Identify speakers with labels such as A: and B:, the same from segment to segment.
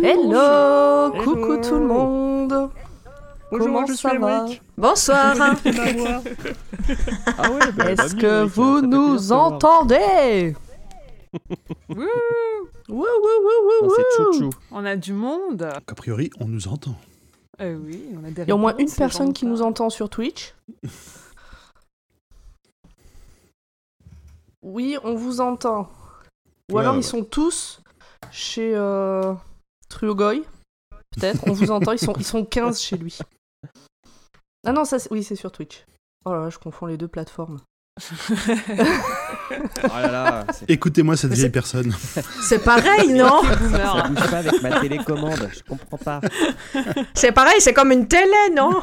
A: Hello, Coucou tout le monde Comment ça va Bonsoir
B: Ah ouais, bah,
A: Est-ce
B: bah,
A: que
B: mieux,
A: vous
B: ça fait plaisir de
A: nous
B: savoir.
A: entendez
B: bah,
A: Wouh Wouh, wouh, wouh,
B: Non,
A: wouh,
B: C'est
A: wouh.
B: Chouchou.
C: On a du monde.
D: Donc, A priori, on nous entend.
C: Euh, oui, on a des
A: Il y a au moins une
C: réponses,
A: personne qui
C: vraiment
A: nous entend sur Twitch. Oui, on vous entend. Ou
D: Ouais,
A: alors
D: ouais.
A: ils sont tous chez euh, Truogoy. Peut-être, on vous entend, ils sont, ils sont 15 chez lui. Ah non, ça c'est- oui, c'est sur Twitch. Oh là là, je confonds les deux plateformes.
B: Oh là là, c'est-
D: Écoutez-moi cette
E: Mais
D: vieille
E: c'est-
D: personne.
E: C'est pareil, non
C: pas. Qui est
B: ça
C: boomer.
B: bouge pas avec ma télécommande, je comprends pas.
E: C'est pareil, c'est comme une télé, non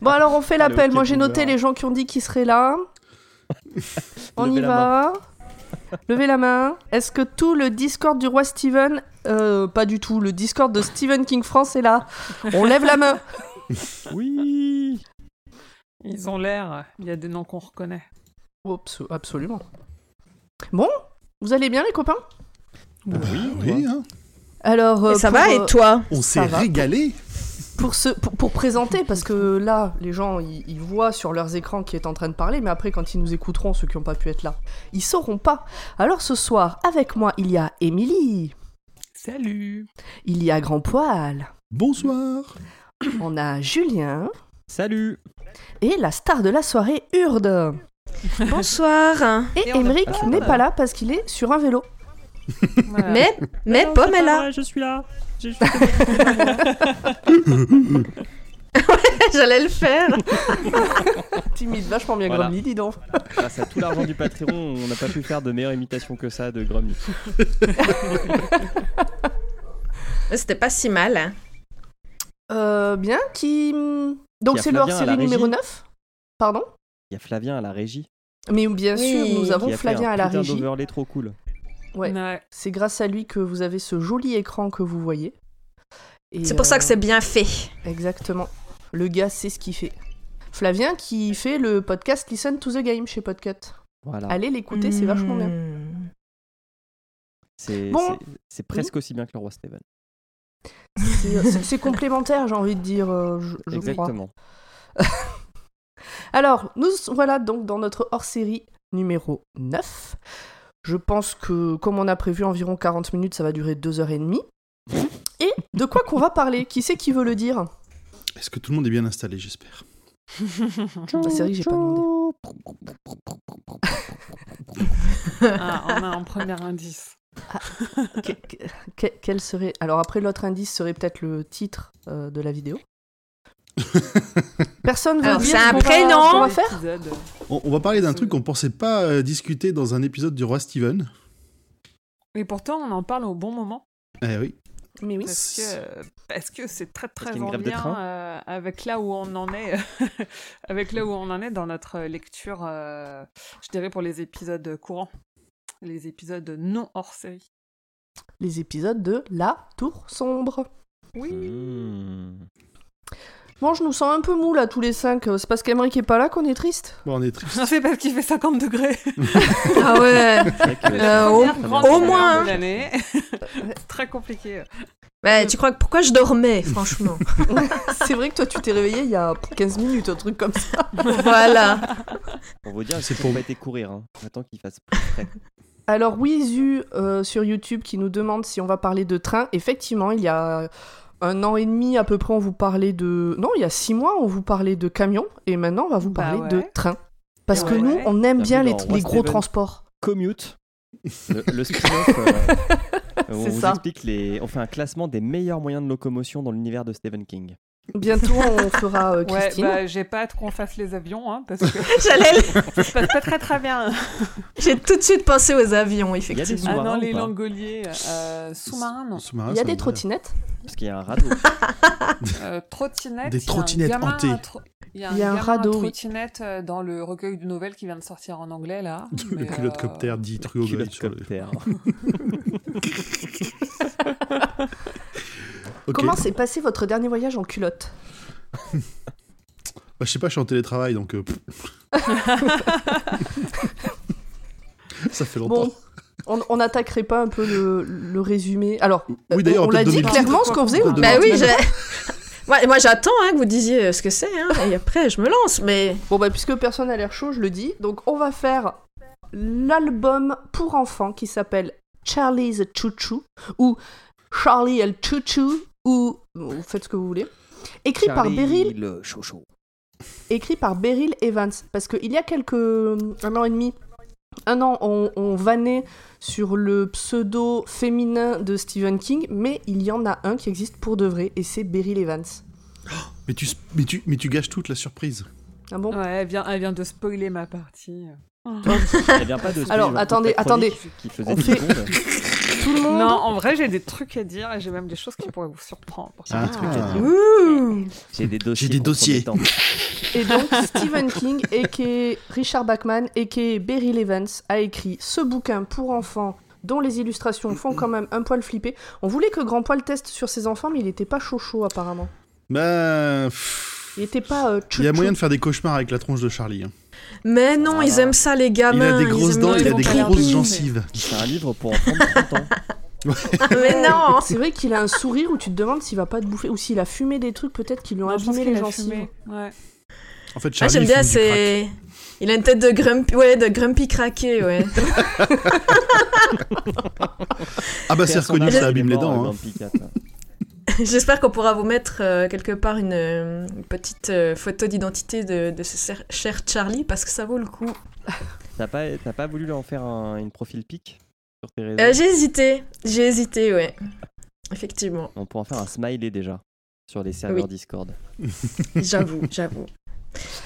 A: Bon alors on fait
B: Allez,
A: l'appel.
B: ok, ben,
A: Moi j'ai noté
B: boomer.
A: les gens qui ont dit qu'ils seraient là. On
B: Levez
A: y
B: la
A: va. Levez la main. Est-ce que tout le Discord du roi Steven... euh, pas du tout, le Discord de Stephen King France est là. On lève la main.
B: Oui
C: Ils ont l'air. Il y a des noms qu'on reconnaît.
A: Oups, absolument. Bon, vous allez bien les copains
D: Bah oui, hein.
A: Alors... euh,
E: Et Ça
A: pour,
E: va,
A: euh,
E: et toi
D: On
A: Ça
D: s'est
A: va.
D: régalé.
A: pour, ce, pour, pour présenter, parce que là, les gens, ils, ils voient sur leurs écrans qui est en train de parler, mais après, quand ils nous écouteront, ceux qui n'ont pas pu être là, ils sauront pas. Alors ce soir, avec moi, il y a Émilie,
C: Salut.
A: il y a Grand Poil,
D: Bonsoir.
A: on a Julien
B: Salut
A: et la star de la soirée, Urde.
E: Bonsoir.
A: Et,
C: on a-
A: Émeric
B: Ah.
A: n'est pas là parce qu'il est sur un vélo.
C: Voilà.
E: Mais, mais
B: Non, c'est
E: Pomme
B: pas
E: est là.
B: vrai, Je suis là J'ai juste-
E: J'allais le faire.
A: Timide, vachement bien,
B: Voilà.
A: Gromly, dis donc.
B: Grâce à tout l'argent du Patreon, on n'a pas pu faire de meilleure imitation que ça de Gromny.
E: C'était pas si mal. hein.
A: Euh, bien, qui... mm, Donc
B: Il y a
A: c'est leur
B: Flavien à la
A: série numéro
B: régie.
A: 9 Pardon
B: Il y a Flavien à la régie.
A: Mais bien
E: Oui,
A: sûr, nous
E: qui
A: avons
B: qui a fait
A: Oh, Flavien
B: un
A: à la
B: putain
A: régie.
B: d'overlay trop cool.
A: ouais.
C: Ouais.
A: C'est grâce à lui que vous avez ce joli écran que vous voyez. Et,
E: C'est pour ça que c'est bien fait.
A: euh, Exactement. Le gars sait ce qu'il fait. Flavien qui fait le podcast Listen to the Game chez Podcut.
B: Voilà.
A: Allez l'écouter, c'est vachement bien.
E: Hmm.
B: C'est
A: Bon.
B: c'est- c'est presque aussi bien que le roi Steven.
A: C'est- euh, C'est c'est complémentaire, j'ai envie de dire, euh, je, je crois.
B: Exactement.
A: Alors, nous voilà donc dans notre hors-série numéro 9. Je pense que, comme on a prévu environ 40 minutes, ça va durer 2h30. Et de quoi qu'on va parler Qui c'est qui veut le dire
D: Est-ce que tout le monde est bien installé, j'espère
A: Bah, C'est vrai que j'ai pas demandé.
C: Ah, on a un premier indice.
A: Que- que- que- quel serait Alors après, l'autre indice serait peut-être le titre euh, de la vidéo. Personne veut
E: Alors,
A: dire
E: c'est
A: ce
E: un
A: qu'on va-
E: prénom
A: ce qu'on va faire
C: Épisode.
D: on, on va parler d'un
C: C'est-
D: truc qu'on pensait pas euh, discuter dans un épisode du Roi Steven.
C: Et pourtant, on en parle au bon moment.
D: Eh oui.
A: Mais oui.
C: Parce que parce que c'est très
B: Parce
C: très
B: qu'il y
C: en
B: a une grève de
C: lien
B: train.
C: euh, avec là où on en est, avec là où on en est dans notre lecture, euh, je dirais pour les épisodes courants, les épisodes non hors série.
A: les épisodes de La Tour Sombre.
C: Oui.
B: Mmh.
A: Bon, je nous sens un peu mou là tous les cinq. Euh, C'est parce qu'Emeric est pas là qu'on est triste.
D: Bon, on est triste.
C: Non, c'est parce qu'il fait 50 degrés.
E: Ah ouais.
B: C'est vrai que-
E: Euh, au-
C: Première grande
E: au
C: chaleur
E: moins.
C: de l'année. C'est très compliqué.
E: Bah, tu crois que pourquoi je dormais, franchement
A: C'est vrai que toi, tu t'es réveillé il y a 15 minutes, un truc comme ça.
E: Voilà.
B: On vous dire,
D: C'est
B: c'est
D: pour-
B: pour pas été courir. Hein. J'attends qu'il fasse plus frais.
A: Alors, Wizu euh, sur YouTube qui nous demande si on va parler de train. Effectivement, il y a un an et demi à peu près, on vous parlait de. Non, il y a six mois, on vous parlait de camion. Et maintenant, on va vous
C: Bah
A: parler
C: ouais.
A: de train. Parce que
C: Ouais.
A: nous, on aime bien les,
B: Bienvenue dans
A: les
B: Roi
A: gros
B: Steven.
A: transports.
B: Commute, le, le spin-off. euh, où on
A: C'est
B: vous
A: ça.
B: explique les. On fait un classement des meilleurs moyens de locomotion dans l'univers de Stephen King.
A: Bientôt, on fera euh,
C: Ouais,
A: Christine.
C: bah, j'ai pas hâte qu'on fasse les avions, hein, parce que
E: J'allais. le-
C: ça se passe pas très très bien.
E: J'ai tout de suite pensé aux avions,
B: Il y a des
E: effectivement.
C: Ah non,
B: sous-marins
C: les
B: ou pas
C: langoliers, euh, sous-marins, non.
D: Sous-marin,
A: Ah il y a des
D: Ah, ça me dirait.
A: trottinettes.
B: Parce qu'il y a un radeau.
C: Euh, trottinette.
D: Des
C: il y a un
D: trottinettes
C: gamin,
D: hantées.
C: un tro- Il y a un,
A: Il y a un radeau,
C: radeau.
A: oui.
C: trottinette euh, dans le recueil de nouvelles qui vient de sortir en anglais, là.
D: Le
C: mais,
D: culotte
C: euh,
D: coptère dit Truo Gold sur le-
B: Culotte-coptère.
D: Ok.
A: Comment s'est passé votre dernier voyage en culotte
D: Bah, je sais pas, je suis en télétravail donc. euh, pff. ça fait longtemps.
A: Bon, On, on n'attaquerait pas un peu le, le résumé Alors,
D: Oui, d'ailleurs,
A: Euh, on
D: en
A: l'a
D: peut-être
A: dit
D: 2010.
A: clairement ce qu'on faisait.
D: Peut-être
A: ou-
E: Bah oui,
A: Bon,
E: j'ai- Moi, moi, j'attends hein, que vous disiez euh, ce que c'est, hein, et après je me lance, mais
A: Bon, bah, puisque personne n'a l'air chaud, je le dis. Donc, on va faire l'album pour enfants qui s'appelle Charlie's Chouchou ou Charlie el Chouchou ou vous faites ce que vous voulez. Écrit par Beryl
B: le chouchou.
A: écrit par Beryl Evans. Parce qu'il y a quelques. un an et demi. Un an, on, on vannait sur le pseudo féminin de Stephen King, mais il y en a un qui existe pour de vrai, et c'est Beryl Evans.
D: Mais tu, mais, tu, mais tu gâches toute la surprise.
A: Ah bon
C: Ouais, elle vient, elle vient de spoiler ma partie.
B: Elle vient pas de
A: Alors,
B: Spielberg,
A: attendez,
B: la chronique Qui faisait
A: On
B: 10
A: fait-
B: secondes.
A: Tout le monde
C: Non, en vrai, j'ai des trucs à dire et j'ai même des choses qui pourraient vous surprendre.
D: Ah.
E: ouh,
B: J'ai des dossiers.
D: des
B: qu'on prend
D: dossiers.
B: des temps.
A: Et donc Stephen King, a.k.a. Richard Bachman, a.k.a. Beryl Evans, a écrit ce bouquin pour enfants dont les illustrations font quand même un poil flipper. On voulait que Grand Poil teste sur ses enfants, mais il était pas chaud chaud apparemment.
D: Bah. pff,
A: Il était pas euh,
D: Il y a
A: tchou-tchou.
D: moyen de faire des cauchemars avec la tronche de Charlie. hein.
E: Mais non,
B: Ah.
E: ils aiment ça les
D: Il
E: gamins.
D: a des
E: ils
D: grosses
E: aiment-
D: dents,
C: non,
D: il
C: ils
D: a
C: vont
D: des
C: pas l'air
D: grosses
C: pire,
D: gencives.
B: C'est un livre pour enfants de 30 ans.
E: Mais non,
A: C'est vrai qu'il a un sourire où tu te demandes s'il va pas te bouffer ou s'il a fumé des trucs peut-être qui lui ont
C: Non, je pense
A: abîmé
C: qu'il
A: les
C: a
A: gencives.
C: fumé. Ouais.
D: En fait,
E: Ah,
D: Charlie.
E: j'aime
D: il
E: bien,
D: fume du crack.
E: c'est. Il a une tête de grumpy, ouais, de grumpy craqué, ouais.
D: Ah bah, c'est reconnu, ça abîme les dents. hein.
E: J'espère qu'on pourra vous mettre euh, quelque part une, euh, une petite euh, photo d'identité de, de ce cer- cher Charlie parce que ça vaut le coup.
B: T'as pas, t'as pas voulu en faire un, une profil pic sur tes réseaux
E: Euh, j'ai hésité, j'ai hésité, ouais. Effectivement,
B: On pourrait en faire un smiley déjà sur les serveurs Discord.
E: j'avoue, j'avoue.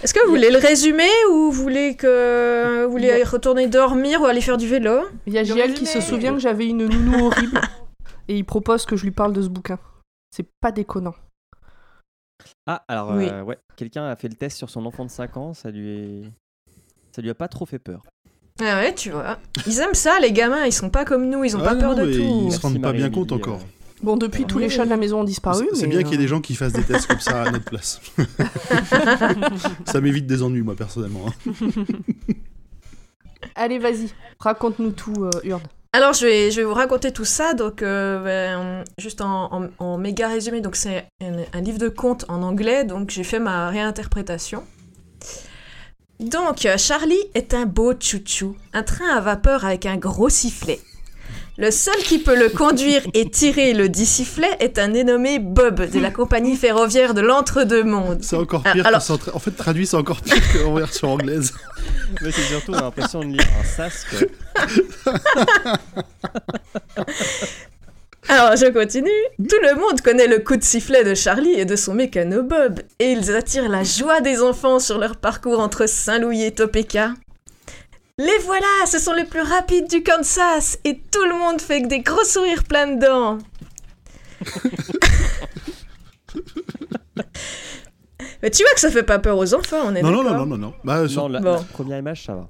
E: Est-ce que vous voulez le résumer ou vous voulez que vous voulez
D: Bah.
E: retourner dormir ou aller faire du vélo
A: Il y a
C: Le
A: JL qui se
C: résumé.
A: souvient que j'avais une nounou horrible et il propose que je lui parle de ce bouquin. C'est pas déconnant.
B: Ah, alors,
E: Oui.
B: euh, ouais, quelqu'un a fait le test sur son enfant de 5 ans, ça lui est. Ça lui a pas trop fait peur.
E: Ah ouais, tu vois. Ils aiment ça, les gamins. Ils sont pas comme nous. Ils ont
D: Ah
E: pas peur
D: non,
E: de
D: mais
E: tout.
D: Ils se rendent pas bien
B: Marie-Émilie,
D: compte encore.
A: Bon, depuis, tous les chats de la maison ont disparu.
D: C'est- c'est
A: mais,
D: bien qu'il y ait
A: euh,
D: des gens qui fassent des tests comme ça à notre place. ça m'évite des ennuis, moi, personnellement. hein.
A: Allez, vas-y, raconte-nous tout, euh, Urne.
E: Alors, je vais, je vais vous raconter tout ça. Donc, euh, ben, juste en, en- en méga résumé, donc c'est un, un livre de contes en anglais. Donc, j'ai fait ma réinterprétation. Donc, euh, Charlie est un beau chouchou, un train à vapeur avec un gros sifflet. Le seul qui peut le conduire et tirer le dit sifflet est un dénommé Bob de la compagnie ferroviaire de l'entre-deux-mondes.
D: C'est encore
E: Ah,
D: pire
E: alors-
D: que s'entra- En fait, traduit, c'est encore pire qu'en version anglaise.
B: Mais c'est surtout, on a l'impression de lire un sasque.
E: Alors, je continue. Tout le monde connaît le coup de sifflet de Charlie et de son mécano Bob, et ils attirent la joie des enfants sur leur parcours entre Saint-Louis et Topeka. Les voilà, ce sont les plus rapides du Kansas, et tout le monde fait que des gros sourires pleins de dents. Mais tu vois que ça fait pas peur aux enfants, on est
D: Non, non, non,
E: d'accord
D: non, non, non. Bah, sur-
B: Non, la,
E: Bon.
B: la première image, ça va.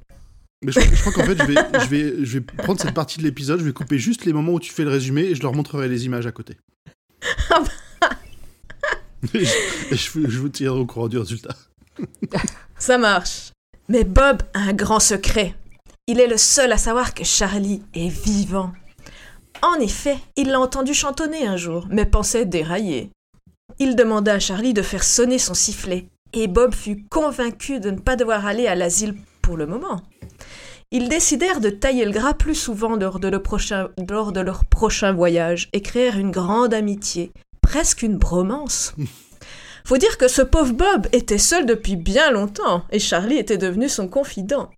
D: Mais je, je crois qu'en fait, je vais, je, vais, je vais prendre cette partie de l'épisode, je vais couper juste les moments où tu fais le résumé et je leur montrerai les images à côté.
E: Ah
D: et je, et je vous- je vous tiendrai au courant du résultat.
E: Ça marche. Mais Bob a un grand secret. Il est le seul à savoir que Charlie est vivant. En effet, il l'a entendu chantonner un jour, mais pensait dérailler. Il demanda à Charlie de faire sonner son sifflet, et Bob fut convaincu de ne pas devoir aller à l'asile pour le moment. Ils décidèrent de tailler le gras plus souvent lors de, le prochain- lors de leur prochain voyage et créèrent une grande amitié, presque une bromance. Faut dire que ce pauvre Bob était seul depuis bien longtemps et Charlie était devenu son confident.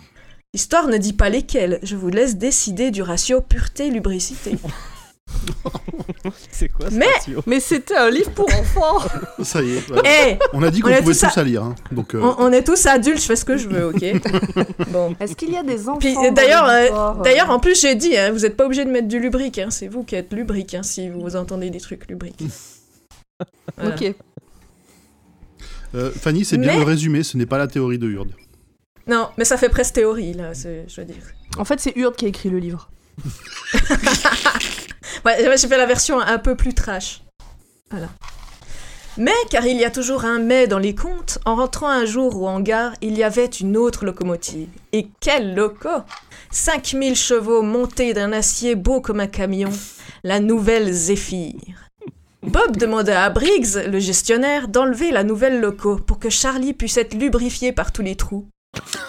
E: L'histoire ne dit pas lesquels, je vous laisse décider du ratio pureté-lubricité.
B: C'est quoi ce
E: Mais-
B: ratio
A: Mais c'était un livre pour enfants
D: Ça y est.
E: Hé
D: ouais. On a dit
E: on
D: qu'on
E: a
D: pouvait
E: tout ça.
D: tout salir. hein. Donc, euh,
E: Eh, on, on est tous adultes, je fais ce que je veux, ok Bon.
A: Est-ce qu'il y a des enfants
E: Puis,
A: dans
E: d'ailleurs, euh,
A: l'auditoire, euh,
E: D'ailleurs, en plus, j'ai dit, hein, vous n'êtes pas obligé de mettre du lubrique, hein, c'est vous qui êtes lubrique hein, si vous entendez des trucs lubriques. Voilà.
A: Ok.
D: euh, Fanny, c'est bien
E: Mais-
D: le résumé, ce n'est pas la théorie de Hurd.
E: Non, mais ça fait presque théorie, là, c'est- je veux dire.
A: En fait, c'est Urd qui a écrit le livre.
E: Ouais, ouais, j'ai fait la version un peu plus trash. Voilà. Mais, car il y a toujours un mais dans les contes, en rentrant un jour au hangar, il y avait une autre locomotive. Et quel loco 5000 chevaux montés d'un acier beau comme un camion, la nouvelle Zéphyr. Bob demanda à Briggs, le gestionnaire, d'enlever la nouvelle loco pour que Charlie puisse être lubrifié par tous les trous.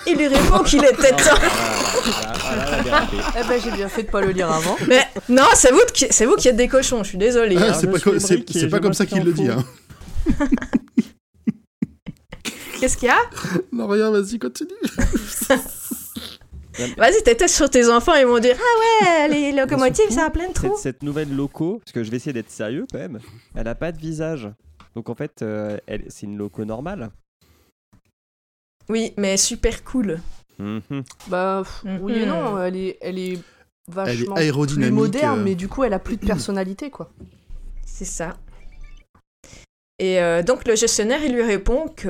E: Il lui répond qu'il
B: Ah,
E: était temps.
A: Eh ben, j'ai bien fait de pas le lire avant.
E: Mais non, c'est vous qui, c'est vous qui êtes des cochons, je suis désolée.
D: Ah,
E: hein.
D: c'est
B: je
D: pas,
B: suis
D: co- c'est-
B: Émeric et
D: c'est pas
B: je
D: comme ça
B: m'abstiens
D: qu'il le
B: en
D: dit.
B: faux.
D: Hein.
E: Qu'est-ce qu'il y a
D: Non, regarde, vas-y, continue.
E: Vas-y, t'étais sur tes enfants, ils vont dire Ah ouais, les locomotives,
B: surtout,
E: ça a plein de
B: Cette,
E: trous.
B: cette nouvelle loco, parce que je vais essayer d'être sérieux quand même, elle a pas de visage. Donc en fait, euh, elle- c'est une loco normale.
E: Oui, mais super cool.
B: Mhm.
A: Bah, pff, oui et
E: Mhm.
A: non, elle est, elle est
D: Elle
A: vachement
D: est
A: plus
D: aérodynamique.
A: moderne,
D: euh,
A: mais du coup, elle a plus de personnalité, quoi.
E: C'est ça. Et euh, donc le gestionnaire, il lui répond qu'il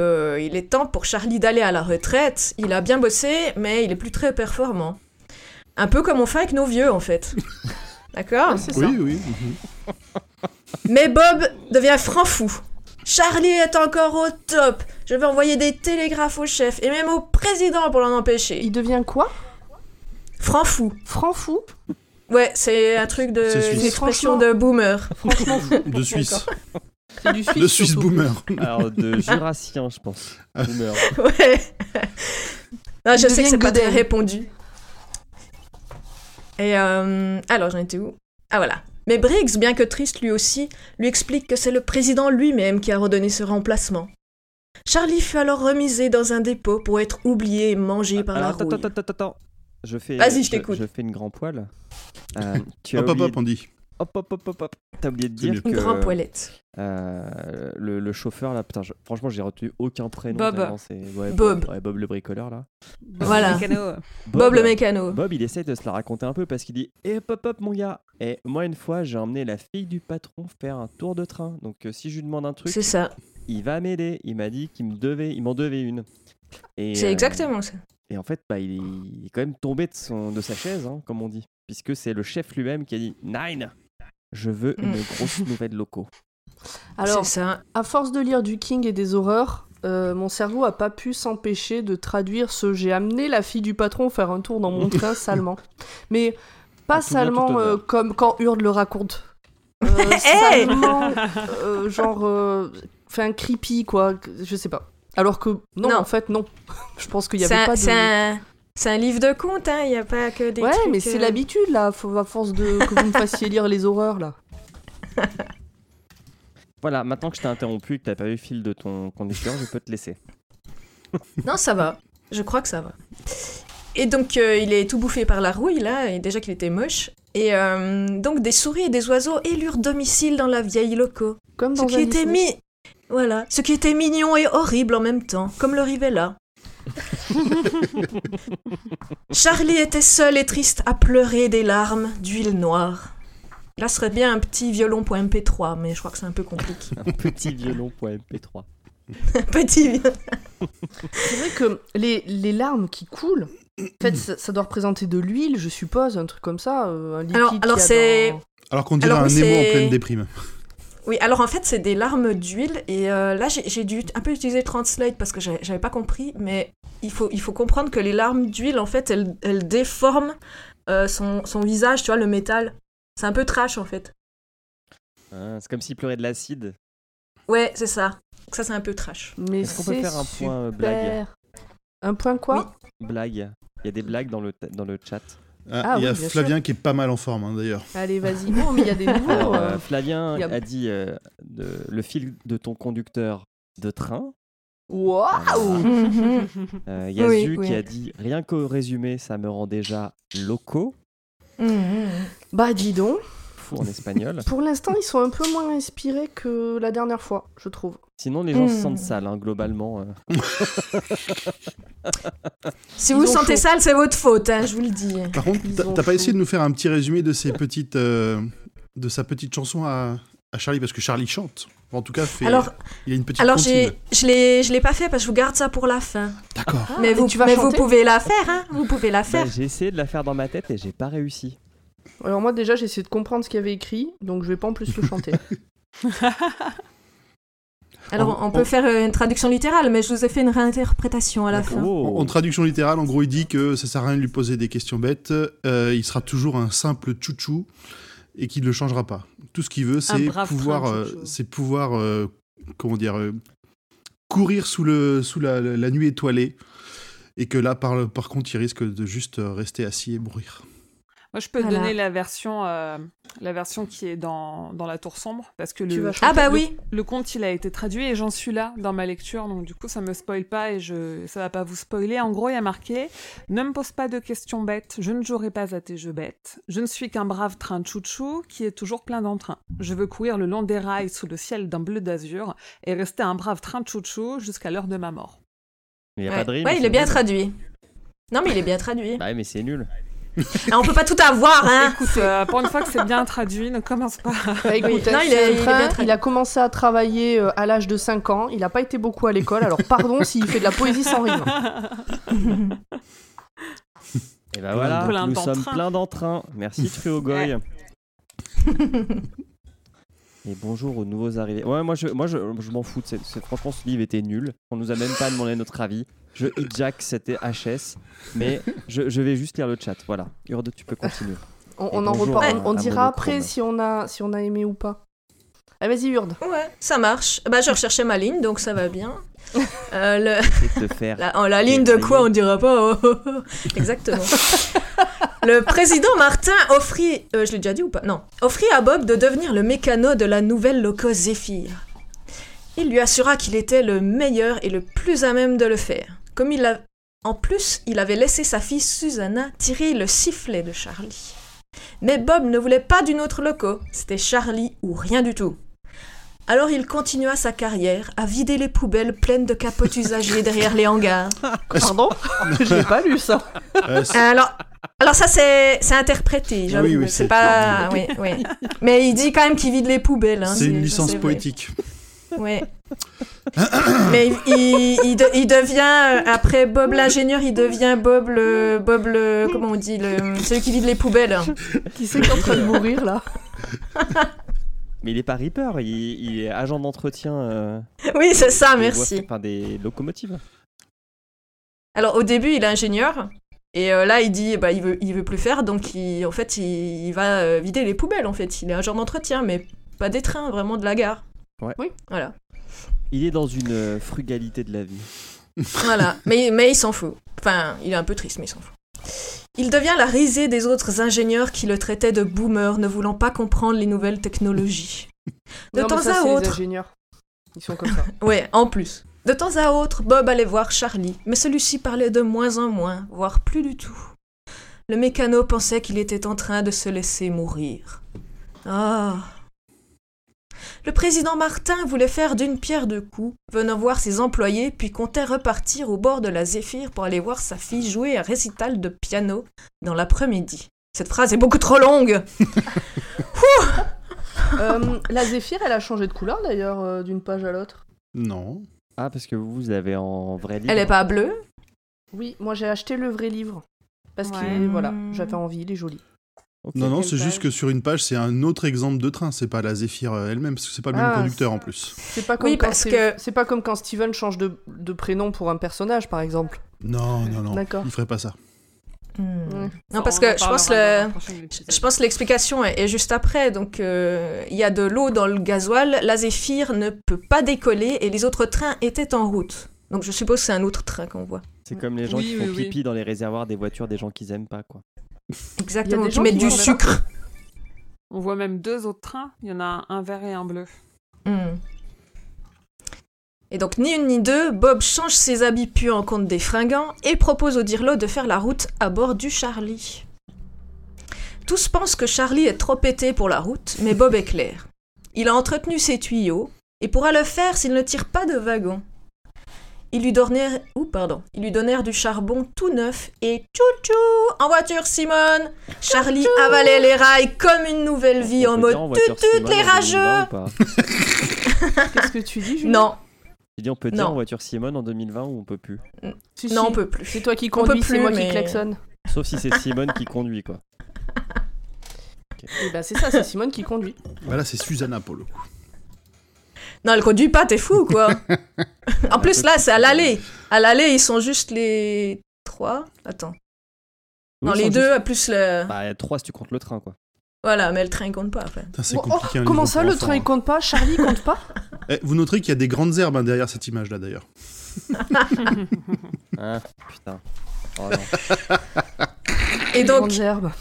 E: est temps pour Charlie d'aller à la retraite. Il a bien bossé, mais il est plus très performant. Un peu comme on fait avec nos vieux, en fait. D'accord
A: Ouais, c'est ça.
D: Oui, oui. mhm.
E: Mais Bob devient franc fou. Charlie est encore au top. Je vais envoyer des télégraphes au chef et même au président pour l'en empêcher.
A: Il devient quoi
E: Franc fou.
A: Franc fou
E: Ouais, c'est un truc de
D: C'est suisse.
E: une expression de boomer.
A: Franchement fou.
D: De Suisse.
A: C'est du
D: De
A: suisse.
D: Suisse
A: surtout.
D: boomer. Ah,
B: Alors de jurassien, je pense. Boomer.
E: Ouais. non,
A: Il
E: je sais que
A: devient
E: c'est pas très
A: Godel.
E: répondu. Et euh, alors, j'en étais où Ah voilà. Mais Briggs, bien que triste lui aussi, lui explique que c'est le président lui-même qui a redonné ce remplacement. Charlie fut alors remisé dans un dépôt pour être oublié et
A: Ah,
E: mangé par
B: Alors,
E: la
B: attends,
E: rouille.
B: attends, attends, attends. Je fais.
E: Vas-y, je t'écoute.
B: Je fais une grand poêle. Euh, tu as
D: Hop, hop,
B: oublié...
D: hop, on dit.
B: hop, hop, hop, hop, hop. T'as oublié de
D: C'est
B: dire
D: mieux.
B: que
E: Une grande poêlette.
B: euh, le, le chauffeur là, putain, je- franchement, j'ai retenu aucun prénom.
C: Bob.
B: tellement c'est- ouais,
E: Bob.
B: ouais, Bob le bricoleur là.
E: Voilà.
C: Mécano.
E: Bob, le mécano.
B: Bob, il essaye de se la raconter un peu parce qu'il dit Eh, pop, pop, mon gars Et moi, une fois, j'ai emmené la fille du patron faire un tour de train. Donc, euh, si je lui demande un truc,
E: C'est ça.
B: il va m'aider. Il m'a dit qu'il me devait, il m'en devait une. Et,
E: C'est
B: euh,
E: exactement ça.
B: Et en fait, bah, il, est, il est quand même tombé de, son, de sa chaise, hein, comme on dit. Puisque c'est le chef lui-même qui a dit Nine Je veux une
E: Mm.
B: grosse nouvelle loco.
A: Alors,
E: C'est ça.
A: à force de lire du King et des horreurs, euh, mon cerveau a pas pu s'empêcher de traduire ce j'ai amené la fille du patron faire un tour dans mon train salement. Mais
B: En
A: pas
B: tout bien, Ah, tout
A: salement
B: honneur.
A: euh, comme quand Hurd le raconte. Euh,
E: Hey
A: salement, euh, genre, euh, fait un creepy quoi, je sais pas. Alors que non,
E: Non.
A: en fait non. je pense qu'il y
E: C'est
A: avait
E: un,
A: pas
E: c'est
A: de.
E: un- c'est un livre de contes, hein. Il n'y a pas que des
A: Ouais,
E: trucs,
A: mais c'est
E: euh,
A: l'habitude là, faut- à force de que vous me fassiez lire les horreurs là.
B: Voilà, maintenant que je t'ai interrompu et que t'as pas eu le fil de ton conducteur, je peux te laisser.
E: Non, ça va. Je crois que ça va. Et donc, euh, il est tout bouffé par la rouille, là, et déjà qu'il était moche. Et euh, donc, des souris et des oiseaux élurent domicile dans la vieille loco.
A: Comme
E: Ce
A: dans
E: qui
A: Alice
E: était
A: in-
E: mi... Voilà. Ce qui était mignon et horrible en même temps, comme le Rivella. Charlie était seul et triste à pleurer des larmes d'huile noire. Là ce serait bien un petit violon.mp3, mais je crois que c'est un peu compliqué.
B: Un petit violon.mp3.
E: petit
A: C'est vrai que les, les larmes qui coulent, en fait, ça, ça doit représenter de l'huile, je suppose, un truc comme ça, euh, un liquide.
E: Alors-
A: qu'il
E: alors
A: y a
E: c'est-
A: dans-
D: Alors qu'on dirait
E: Alors,
D: un
E: oui,
D: Nemo en
E: c'est-
D: pleine déprime.
E: Oui, alors en fait, c'est des larmes d'huile. Et euh, là, j'ai j'ai dû un peu utiliser Translate parce que j'avais j'avais pas compris. Mais il faut, il faut comprendre que les larmes d'huile, en fait, elles, elles déforment euh, son, son visage, tu vois, le métal. C'est un peu trash, en fait.
B: Hein, c'est comme s'il pleurait de l'acide.
E: Ouais, c'est ça. Donc ça, c'est un peu trash.
A: Mais
B: Est-ce qu'on peut
A: c'est
B: faire un point, euh,
A: super.
B: blague
A: Un point quoi
B: Blague. Il y a des blagues dans le, dans le chat.
D: Ah,
A: Ah
D: il y
A: oui,
D: a
A: bien
D: Flavien qui est pas mal en forme, hein, d'ailleurs.
A: Allez, vas-y. Non, mais il y a des nouveaux.
E: Ah
B: Alors,
A: euh,
B: euh, Flavien
A: y a-
B: a dit euh, de- le fil de ton conducteur de train.
A: Waouh
B: Euh, Yazu
E: Oui, oui.
B: qui a dit rien qu'au résumé, ça me rend déjà loco
A: Bah, dis donc,
B: fou en espagnol.
A: pour l'instant, ils sont un peu moins inspirés que la dernière fois, je trouve.
B: Sinon, les gens se
E: Mm.
B: sentent sales, hein, globalement. euh.
E: Si
A: Ils
E: vous
A: ont
E: sentez
A: chaud.
E: sale, c'est votre faute, hein, je vous le dis.
D: Par contre,
A: Ils
D: t'as
A: ont
D: t'as pas
A: chaud.
D: essayé de nous faire un petit résumé de ses petites, euh, de sa petite chanson à, à Charlie parce que Charlie chante. En tout cas, fait,
E: Alors,
D: il y a une petite
E: alors
D: comptine.
E: j'ai- je l'ai je l'ai pas fait parce que je vous garde ça pour la fin.
D: D'accord.
E: mais
A: Ah, et
E: vous,
A: tu vas
E: mais
A: chanter
E: vous pouvez la faire, hein. Vous pouvez la
B: Bah,
E: faire.
B: j'ai essayé de la faire dans ma tête et j'ai pas réussi.
A: Alors, moi, déjà, j'ai essayé de comprendre ce qu'il y avait écrit, donc je vais pas en plus le chanter.
E: Alors,
D: En-
E: on peut
D: en-
E: faire euh, une traduction littérale, mais je vous ai fait une réinterprétation à la fin.
B: Oh.
D: En, en traduction littérale, en gros, il dit que ça sert à rien de lui poser des questions bêtes. euh, il sera toujours un simple chouchou et qu'il ne le changera pas. Tout ce qu'il veut, c'est
C: brave
D: pouvoir,
C: train de
D: euh,
C: chouchou.
D: c'est pouvoir, euh, comment dire, euh, courir sous le sous la, la- la nuit étoilée. Et que là, par, par contre, il risque de juste euh, rester assis et mourir.
C: Moi, je peux
E: Voilà.
C: donner la version, euh, la version qui est dans, dans la Tour Sombre, parce que
A: Tu
C: le,
A: vas chanter.
E: Ah bah oui,
C: le conte, il a été traduit et j'en suis là dans ma lecture, donc du coup, ça me spoil pas et je, ça va pas vous spoiler. En gros, il y a marqué « Ne me pose pas de questions bêtes, je ne jouerai pas à tes jeux bêtes. Je ne suis qu'un brave train de chouchou qui est toujours plein d'entrain. Je veux courir le long des rails sous le ciel d'un bleu d'azur et rester un brave train de chouchou jusqu'à l'heure de ma mort. »
B: Il y a
E: Ouais.
B: pas de rime.
E: Ouais, il
B: c'est
E: est bien
B: nul.
E: traduit. Non, mais il est bien traduit.
B: Bah ouais, mais c'est nul.
E: Ah, on peut pas tout avoir, hein
C: Écoute, euh, pour une fois que c'est bien traduit, ne commence pas.
A: Bah, écoute,
E: Oui.
A: hein,
E: Non, il
A: c'est
E: est-
A: un
E: il est
A: train,
E: bien traduit.
A: il a commencé à travailler euh, à l'âge de 5 ans. Il n'a pas été beaucoup à l'école. Alors pardon s'il fait de la poésie sans rime.
B: Et bah voilà,
C: Plein
B: nous
C: d'entrain.
B: sommes plein d'entrain. Merci Truogoy. Et bonjour aux nouveaux arrivés. Ouais, moi je, moi je, je m'en fous. de cette- cette- franchement, ce livre était nul. On nous a même pas demandé notre avis. Je Jack, c'était HS. Mais je, je vais juste lire le chat. Voilà. Urde, tu peux continuer.
A: On,
B: Et
A: on en
B: bonjour
A: reparle.
B: à-
A: On, on
B: à
A: dira
B: Monochrome.
A: après si on a si on a aimé ou pas. Ah vas-y Urde.
E: Ouais, ça marche. Bah, je recherchais ma ligne, donc ça va bien. Euh, le...
B: C'est de te faire.
E: La, en la ligne de quoi on dira pas. oh, oh, oh. Exactement. le président Martin offrit, euh, je l'ai déjà dit ou pas Non, offrit à Bob de devenir le mécano de la nouvelle loco Zephyr. Il lui assura qu'il était le meilleur et le plus à même de le faire. Comme il a... En plus, il avait laissé sa fille Susanna tirer le sifflet de Charlie. Mais Bob ne voulait pas d'une autre loco, c'était Charlie ou rien du tout. Alors il continua sa carrière à vider les poubelles pleines de capotes usagées derrière les hangars.
A: Pardon, je l'ai pas lu ça.
D: Euh, c'est-
E: Alors, alors ça c'est c'est interprété, j'avoue.
D: Oui, oui,
E: c'est
D: c'est-
E: pas, oui, oui. Mais il dit quand même qu'il vide les poubelles. hein,
D: c'est une
E: ça,
D: licence
E: c'est vrai.
D: poétique.
E: Ouais. Mais il, il, il de- il devient euh, après Bob l'ingénieur, il devient Bob le Bob le comment on dit le celui qui vide les poubelles.
A: Qui c'est qui est en train de mourir là
B: Mais il est pas Reaper. Il, il est agent d'entretien. euh,
E: Oui, c'est ça,
B: des voies-
E: merci.
B: Enfin, des locomotives.
E: Alors au début, il est ingénieur et euh, là il dit bah il veut il veut plus faire donc il, en fait il, il va euh, vider les poubelles en fait, il est un genre d'entretien mais pas des trains, vraiment de la gare.
B: Ouais.
A: Oui.
E: Voilà.
B: Il est dans une euh, frugalité de la vie.
E: Voilà, mais, mais il s'en fout. Enfin, il est un peu triste, mais il s'en fout. Il devient la risée des autres ingénieurs qui le traitaient de boomer, ne voulant pas comprendre les nouvelles technologies. De
A: Non, mais
E: temps
A: ça,
E: à
A: c'est les
E: autre,
A: ingénieurs. Ils sont comme ça.
E: ouais, en plus. De temps à autre, Bob allait voir Charlie, mais celui-ci parlait de moins en moins, voire plus du tout. Le mécano pensait qu'il était en train de se laisser mourir. Ah. Le président Martin voulait faire d'une pierre deux coups, venant voir ses employés, puis comptait repartir au bord de la Zéphyr pour aller voir sa fille jouer un récital de piano dans l'après-midi. Cette phrase est beaucoup trop longue.
A: Euh, la Zéphyr, elle a changé de couleur d'ailleurs euh, d'une page à l'autre.
D: Non.
B: Ah, parce que vous, vous avez en vrai livre.
E: Elle est pas bleue
A: Oui, moi j'ai acheté le vrai livre parce
C: Ouais.
A: que voilà, j'avais envie, il est joli.
B: Ok.
D: Non, non,
C: quelle
D: c'est juste
C: page
D: que sur une page, c'est un autre exemple de train. C'est pas la Zéphyr euh, elle-même, parce que c'est pas le même
A: Ah,
D: conducteur en plus.
A: C'est pas comme
E: Oui,
A: quand
E: parce
A: Steve-
E: que-
A: c'est pas comme quand Steven change de, de prénom pour un personnage par exemple.
D: Non, non, non.
A: D'accord.
D: Il ferait pas ça.
A: Ouais.
E: Hmm. Non, parce
C: Hmm. On en
E: que je pense
C: parlera
E: le...
C: dans prochain épisode.
E: Je pense que l'explication est est juste après. Donc, euh, il y a de l'eau dans le gasoil, la Zéphyr ne peut pas décoller et les autres trains étaient en route. Donc, je suppose que c'est un autre train qu'on voit.
B: C'est comme les gens
C: Oui,
B: qui
C: oui,
B: font
C: oui.
B: pipi dans les réservoirs des voitures des gens qu'ils aiment pas, quoi.
E: Exactement,
A: des
E: qui
A: gens
E: mettent
A: qui
E: du
A: vont
E: sucre.
C: On voit même deux autres trains. Il y en a un vert et un bleu.
E: Hmm. Et donc, ni une ni deux, Bob change ses habits puants en compte des fringants et propose au Dirlo de faire la route à bord du Charlie. Tous pensent que Charlie est trop pété pour la route, mais Bob est clair. Il a entretenu ses tuyaux et pourra le faire s'il ne tire pas de wagon. Ils lui donnèrent, ou pardon, ils lui donnèrent du charbon tout neuf et tchou-tchou en voiture Simone. Charlie avalait les rails comme une nouvelle vie
B: On
E: en
B: peut
E: mode
B: dire voiture
E: tut tut
B: Simone
E: les
B: en 2020
E: rageux.
B: ou pas
A: Qu'est-ce que tu dis Julie
E: Non,
B: J'ai dit on peut dire
E: Non.
B: en voiture Simone en 2020 ou on peut plus.
A: Si, si.
E: non, on peut plus.
A: C'est toi qui
E: On peut
A: conduis,
E: plus,
A: c'est moi
E: mais-
A: qui klaxonne.
B: Sauf si c'est Simone qui conduit, quoi.
A: Et bah c'est Eh ben, ça, c'est Simone qui conduit.
D: Bah là, c'est Susanna pour le coup.
E: Non, elle conduit pas, t'es fou, quoi. en plus, là, c'est à l'aller. À l'aller, ils sont juste les trois. Attends. Non,
B: Oui,
E: les
B: sans
E: deux,
B: juste-
E: plus le.
B: Bah, il y a trois si tu comptes le train, quoi.
E: Voilà, mais le train compte pas après.
D: Putain, c'est
A: Oh, oh,
D: compliqué. un
A: comment
D: livre
A: ça,
D: pour
A: le
D: enfants,
A: train il
D: hein.
A: compte pas Charlie il compte pas
D: Eh, Vous noterez qu'il y a des grandes herbes hein, derrière cette image-là, d'ailleurs.
B: Ah, putain. Oh non.
E: Et
A: Grandes
E: donc,
A: herbes.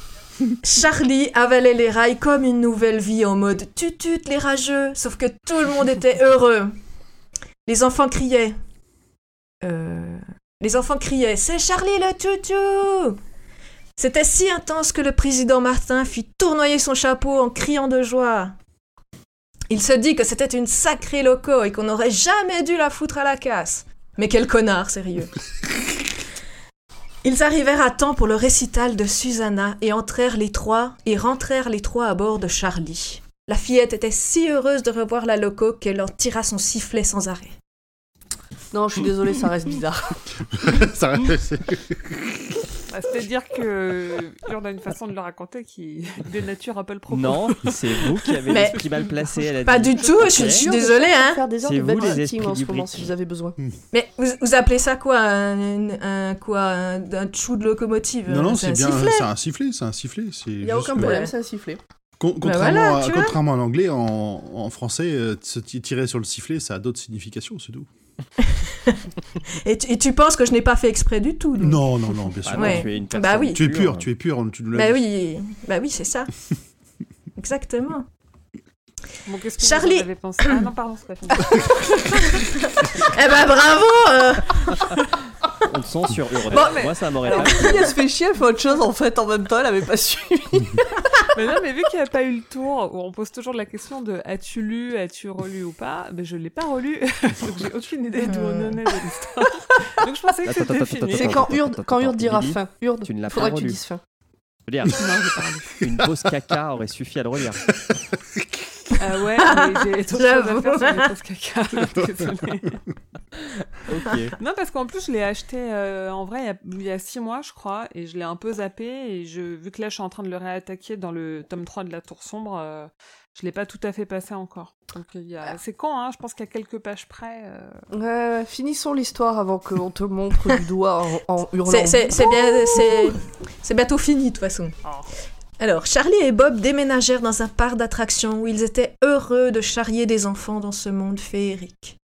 E: Charlie avalait les rails comme une nouvelle vie en mode tutut les rageux, sauf que tout le monde était heureux. Les enfants criaient. Euh, Les enfants criaient C'est Charlie le tutu C'était si intense que le président Martin fit tournoyer son chapeau en criant de joie. Il se dit que c'était une sacrée loco et qu'on n'aurait jamais dû la foutre à la casse. Mais quel connard, sérieux. Ils arrivèrent à temps pour le récital de Susanna et entrèrent les trois et rentrèrent les trois à bord de Charlie. La fillette était si heureuse de revoir la loco qu'elle en tira son sifflet sans arrêt.
A: Non, je suis désolée, ça reste bizarre.
D: Ça, c'est-
C: Bah, C'est-à-dire que on a une façon de le raconter qui dénature un peu le propos.
B: Non, c'est vous qui avez
E: Mais-
B: l'esprit mal placé. Elle a
E: Pas
B: dit.
E: du tout, je suis, je suis désolée, hein.
A: Faire des heures
B: C'est
A: de
B: vous, les
A: babysitting en
B: esprits
A: ce moment
B: du
A: si vous avez besoin.
E: Mais vous, vous appelez ça quoi un, un- quoi un, un chou de locomotive
D: Non, non, c'est
E: un
D: bien.
E: sifflet.
D: C'est un sifflet, c'est un sifflet. c'est
A: Il y a
D: juste
A: aucun
D: que-
A: problème, c'est un sifflet.
D: Con-
E: Bah
D: contrairement,
E: voilà,
D: à,
E: tu vois.
D: contrairement à l'anglais, en, en français, euh, se ti- tirer sur le sifflet, ça a d'autres significations, c'est tout.
E: Et, tu, et tu penses que je n'ai pas fait exprès du tout donc.
D: euh, Non, non, non, bien sûr.
B: Ah
D: non.
B: non,
E: Mm. Ouais.
B: tu es une
E: Bah
B: personne.
E: oui.
D: Tu es pur, tu es pur, tu nous l'as
E: Bah
D: dit.
E: oui, bah oui, c'est ça. Exactement.
C: Bon, qu'est-ce que
E: Charlie.
C: vous en avez pensé Ah non, pardon, c'est pas fini.
E: Eh ben bravo euh,
B: On le sent sur Europe.
E: Bon, mais-
B: Moi, ça m'aurait
A: Alors,
B: pas.
A: si elle se fait chier, elle fait autre chose en fait en même temps, elle avait pas su.
C: mais non, mais vu qu'il n'y a pas eu le tour, où on pose toujours la question de as-tu lu, as-tu relu ou pas Ben je l'ai pas relu, donc j'ai aucune idée d'où on en est de l'histoire. Donc je pensais que
B: Attends,
C: c'était
B: attends,
C: fini.
A: C'est
B: attends,
A: quand
B: attends,
A: Urde,
B: attends,
A: quand
B: attends,
A: Urde dira
B: Lily,
A: fin. Urde,
B: tu ne l'as
A: faudra
B: pas
A: que tu
B: relu.
A: dises fin.
B: Je veux dire, une pause caca aurait suffi à le relire.
C: Ah ouais, mais j'ai d'autres
E: J'avoue.
C: choses à faire sur les pauses caca. Désolée.
B: Ok.
C: Non, parce qu'en plus, je l'ai acheté euh, en vrai il y a- il y, a six mois, je crois, et je l'ai un peu zappé. Et je, vu que là, je suis en train de le réattaquer dans le tome 3 de La Tour Sombre, euh, je l'ai pas tout à fait passé encore. Donc, il y a... c'est quand, hein Je pense qu'à quelques pages près. euh,
A: Ouais, finissons l'histoire avant qu'on te montre du doigt en, en hurlant.
E: C'est- C'est c'est bien, c'est- c'est bientôt fini de toute façon.
C: Oh.
E: Alors, Charlie et Bob déménagèrent dans un parc d'attractions où ils étaient heureux de charrier des enfants dans ce monde féerique.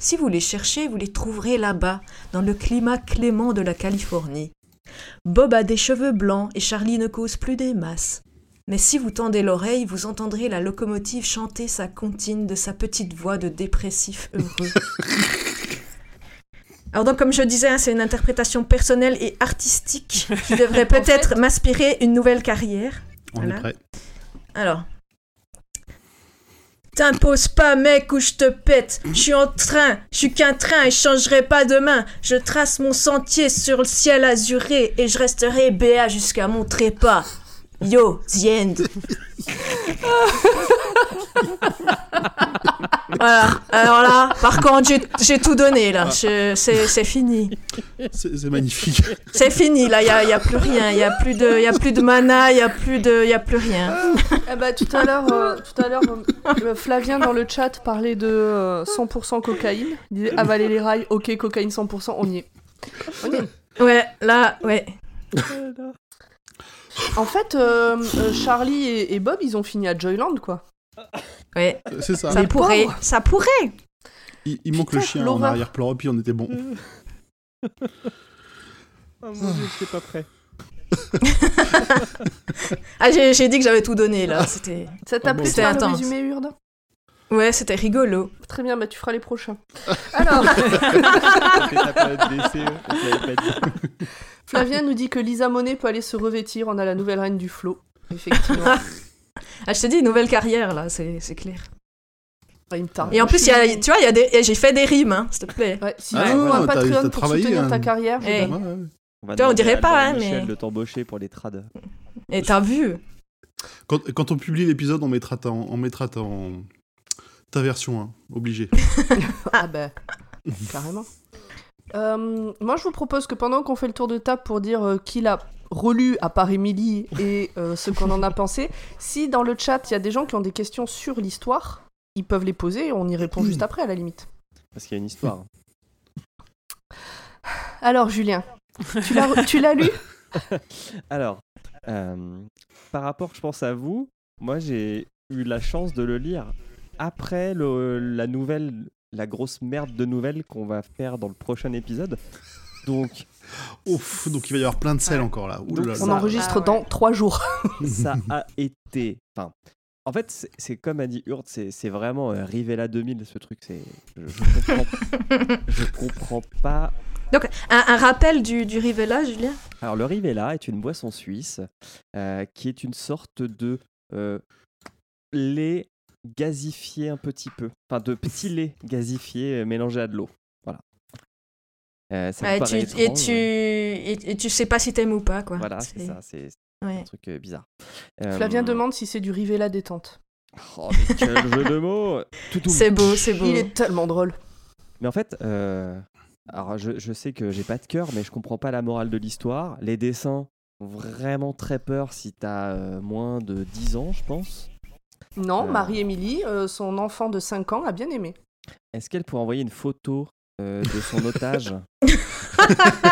E: Si vous les cherchez, vous les trouverez là-bas, dans le climat clément de la Californie. Bob a des cheveux blancs et Charlie ne cause plus des masses. Mais si vous tendez l'oreille, vous entendrez la locomotive chanter sa comptine de sa petite voix de dépressif heureux. Alors donc, comme je disais, hein, c'est une interprétation personnelle et artistique qui devrait peut-être m'aspirer une nouvelle carrière.
D: On
E: Voilà.
D: est prêt.
E: Alors. T'imposes pas, mec, ou je te pète. Je suis en train, je suis qu'un train et je changerai pas demain. Je trace mon sentier sur le ciel azuré et je resterai béat jusqu'à mon trépas. Yo, the end. voilà, alors là, par contre, j'ai- j'ai tout donné là. Je- C'est c'est fini.
D: C'est c'est magnifique.
E: C'est fini, là, il n'y a, y a plus rien. Il n'y a, plus de- y a plus de mana, il n'y a, plus de- y a plus rien.
A: Eh bah, tout à l'heure, euh, tout à l'heure, euh, Flavien dans le chat parlait de euh, 100% cocaïne. Il disait avaler les rails, ok, cocaïne 100%, on y est. On y est.
E: Ouais, là, ouais.
A: En fait, euh, euh, Charlie et, et Bob, ils ont fini à Joyland, quoi.
E: Ouais,
D: C'est ça.
E: ça
A: Les
E: pourrait,
A: pauvres.
E: ça pourrait.
D: Il, il manque le
A: Putain,
D: chien en
A: l'horreur. Mm.
D: arrière-plan, et puis on était bon.
B: Oh mon dieu, j'étais pas prêt.
E: Ah, j'ai j'ai dit que j'avais tout donné là. C'était,
A: Ça t'a
D: Ah bon.
A: plu de
E: C'était
A: faire le
E: intense.
A: résumé Urde
E: ouais, c'était rigolo.
A: Très bien, bah tu feras les prochains. Alors,
B: C'était ta période d'essai, hein, je l'avais pas dit.
A: Flavien nous dit que Lisa Monet peut aller se revêtir, on a la nouvelle reine du flot. Effectivement.
E: Ah, je te dis, nouvelle carrière là, c'est, c'est clair.
A: Il me tarde.
E: Et en plus, y a, tu vois, y a des, et j'ai fait des rimes, hein, s'il te plaît.
A: Ouais, si
D: Ah
A: tu veux
D: ouais,
A: un
D: t'as- t'as
A: Patreon pour
D: travaillé,
A: soutenir
D: hein.
A: ta carrière, je
E: Eh.
A: donne.
D: Ouais, ouais.
B: va
E: Toi, on
B: demander
E: dirait
B: à
E: pas, hein,
B: Jean-Michel
E: mais-
B: de t'embaucher pour les trades.
E: Et t'as vu
D: Quand, quand on publie l'épisode, on mettra ta, on mettra ta, en- ta version, hein, obligé.
A: Ah ben, carrément. Euh, moi, je vous propose que pendant qu'on fait le tour de table pour dire euh, qui l'a relu à part Émilie et euh, ce qu'on en a pensé, si dans le chat il y a des gens qui ont des questions sur l'histoire, ils ils peuvent les poser et on y répond juste après à la limite.
B: Parce qu'il y a une histoire. hein.
A: Alors Julien, tu l'as- tu l'as lu
B: Alors, euh, par rapport, je pense, à vous, moi j'ai eu la chance de le lire après le- la nouvelle, la grosse merde de nouvelle qu'on va faire dans le prochain épisode. Donc,
D: Ouf, donc il va y avoir plein de sel
C: Ouais.
D: encore là. Ouh
B: Donc,
D: là
B: on
A: On
B: Ça-
D: là.
A: enregistre
C: Ah ouais.
A: dans trois jours.
B: ça a été. Enfin, en fait, c'est- c'est comme a dit Hurt, c'est c'est vraiment euh, Rivella 2000, ce truc. C'est, je, je comprends, je comprends pas
E: Un, un rappel du, du Rivella, Julien
B: Alors, le Rivella est une boisson suisse euh, qui est une sorte de euh, lait gazifié un petit peu. Enfin, de petit lait gazifié euh, mélangé à de l'eau. Voilà. Euh, ça me
E: Ouais, Ah, tu-
B: paraît
E: et,
B: étrange. hein.
E: tu, et, et tu sais pas si t'aimes ou pas, quoi.
B: Voilà,
E: C'est-
B: c'est ça. C'est c'est un
E: ouais.
B: truc euh, bizarre. Euh,
A: Flavien demande si c'est du Rivella détente.
B: Oh, mais quel jeu de mots Toutoum.
E: C'est beau, c'est beau.
A: Il est tellement drôle.
B: Mais en fait, euh, alors je, je sais que j'ai pas de cœur, mais je comprends pas la morale de l'histoire. Les dessins font vraiment très peur si t'as euh, moins de 10 ans, je pense.
A: Non,
B: Euh.
A: Marie-Émilie, euh, son enfant de 5 ans, a bien aimé.
B: Est-ce qu'elle pourrait envoyer une photo euh, de son otage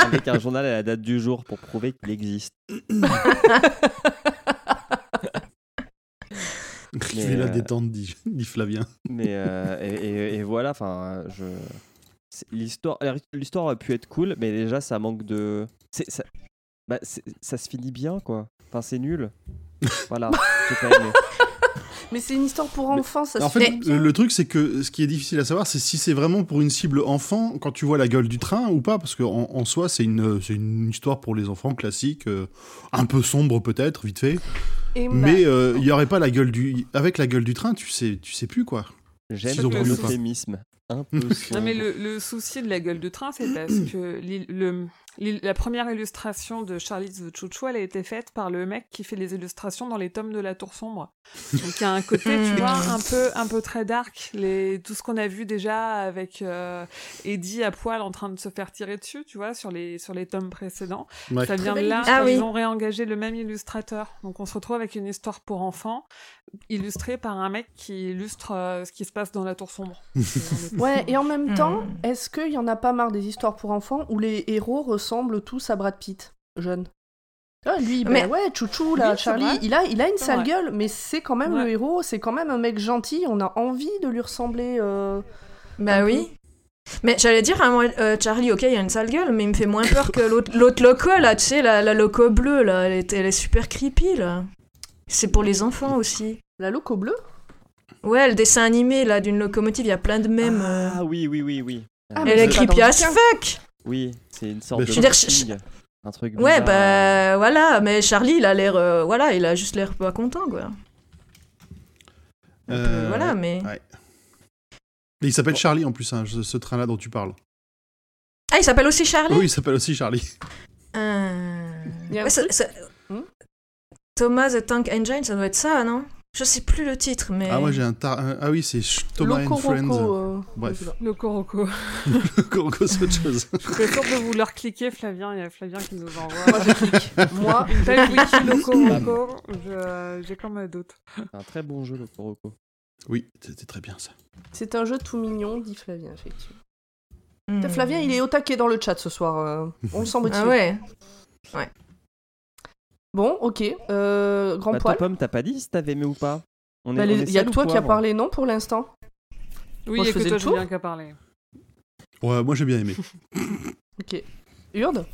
B: avec un journal à la date du jour pour prouver qu'il existe
D: Il
B: Mais,
D: fait la
B: euh,
D: détente, dit, dit Flavien.
B: Mais euh, et, et- et voilà, enfin, je c'est- l'histoire alors, l'histoire aurait pu être cool, mais déjà ça manque de c'est- ça... bah, c'est- ça se finit bien quoi. Enfin, c'est nul. Voilà. j'ai pas aimé.
A: Mais c'est une histoire pour
B: Mais-
A: enfants, ça
D: En
A: se
D: fait,
A: fait.
D: le, le truc, c'est que ce qui est difficile à savoir, c'est si c'est vraiment pour une cible enfant, quand tu vois la gueule du train ou pas, parce qu'en en, en soi, c'est une, euh, c'est une histoire pour les enfants classique, euh, un peu sombre peut-être, vite fait,
A: Bah, Et
D: mais euh, il y aurait pas la gueule du... Avec la gueule du train, tu sais, tu sais plus, quoi.
B: J'aime
D: Ils ont
B: le
D: voulu, enfin.
B: euphémisme. Un peu
C: Non, mais
B: sombre.
C: le, le souci de la gueule de train, c'est parce que l'il- le, l'il- la première illustration de Charlie the Chou Chou, elle a été faite par le mec qui fait les illustrations dans les tomes de la Tour Sombre. Donc il y a un côté, tu vois, un peu, un peu très dark. Les, tout ce qu'on a vu déjà avec euh, Eddie à poil en train de se faire tirer dessus, tu vois, sur les, sur les tomes précédents.
D: Ouais.
C: Ça vient de
E: belle
C: là,
E: illustration.
C: quand
E: Ah oui.
C: ils ont réengagé le même illustrateur. Donc on se retrouve avec une histoire pour enfants, illustrée par un mec qui illustre euh, ce qui se passe dans la Tour Sombre. Et on est-
A: Ouais, et en même
C: Mm.
E: Hmm.
A: temps, est-ce qu'il y en a pas marre des histoires pour enfants où les héros ressemblent tous à Brad Pitt, jeune Ah, lui, ben
E: Mais-
A: ouais, chouchou, là,
C: Oui, c'est
A: Charlie,
C: vrai.
A: il a, il a une
C: C'est
A: sale
C: vrai.
A: gueule, mais c'est quand même le
C: Ouais.
A: héros, c'est quand même un mec gentil, on a envie de lui ressembler. euh,
E: Bah oui. Mais j'allais dire, hein, moi, euh, Charlie, ok, il a une sale gueule, mais il me fait moins peur que l'autre l'autre loco, là, tu sais, la, la loco bleue, là, elle est, elle est super creepy, là. C'est pour les enfants aussi.
A: La loco bleue
E: Ouais, le dessin animé, là, d'une locomotive, il y a plein de mèmes. euh,
B: Ah oui, oui, oui, oui.
A: Ah, mais
E: Elle
A: c'est
E: est
A: pas
E: creepy
A: dans le
E: as
A: bouquin.
E: fuck
B: Oui, c'est une sorte
D: Mais
B: de
D: je-
E: Bah, je veux dire, je-
B: marketing, un truc
E: Ouais,
B: bizarre. euh,
E: bah voilà, mais Charlie, il a l'air. euh, voilà, il a juste l'air pas content, quoi. Un peu,
D: Euh,
E: voilà, mais.
D: ouais. Et il s'appelle Charlie en plus, hein, ce, ce train-là dont tu parles.
E: Ah, il s'appelle aussi Charlie
D: Oui, il s'appelle aussi Charlie.
E: Euh,
A: Il y a un
E: ouais, ça- ça-
A: Hmm
E: Thomas the Tank Engine, ça doit être ça, non Je sais plus le titre, mais.
D: Ah, moi j'ai un tar... un- Ah oui, c'est Ch- Thomas and
A: Loco Roco,
D: Friends.
A: euh,
D: Bref.
C: Le Coroco.
D: Coco, c'est autre chose.
C: Je suis sûre de vouloir cliquer, Flavien. Il y a Flavien qui nous envoie.
A: Moi, je clique. Moi,
C: Une belle wiki loco
B: Bam.
C: loco. Je- euh, J'ai comme d'autres.
B: Un très bon jeu, le Kuroko.
D: Oui, c'était très bien ça.
A: c'est un jeu tout mignon, dit Flavien, effectivement.
E: Hmm.
C: Mm.
A: Putain, Flavien, il est au taquet dans le chat ce soir. euh, on le sent motivé.
E: Ah ouais
A: Bon, ok. euh, grand
B: Bah, toi,
A: poil.
B: Pomme, t'as pas dit si t'avais aimé ou pas On
A: Bah,
B: on
A: les- Il y a
B: sel
A: que
B: ou
A: toi qui as
B: poivre
A: parlé non pour l'instant.
C: Oui,
A: Moi,
C: il y
A: je
C: a que
A: faisais
C: toi,
A: le tour.
C: Julien, qui a parlé.
D: Ouais, moi j'ai bien aimé.
A: Hurde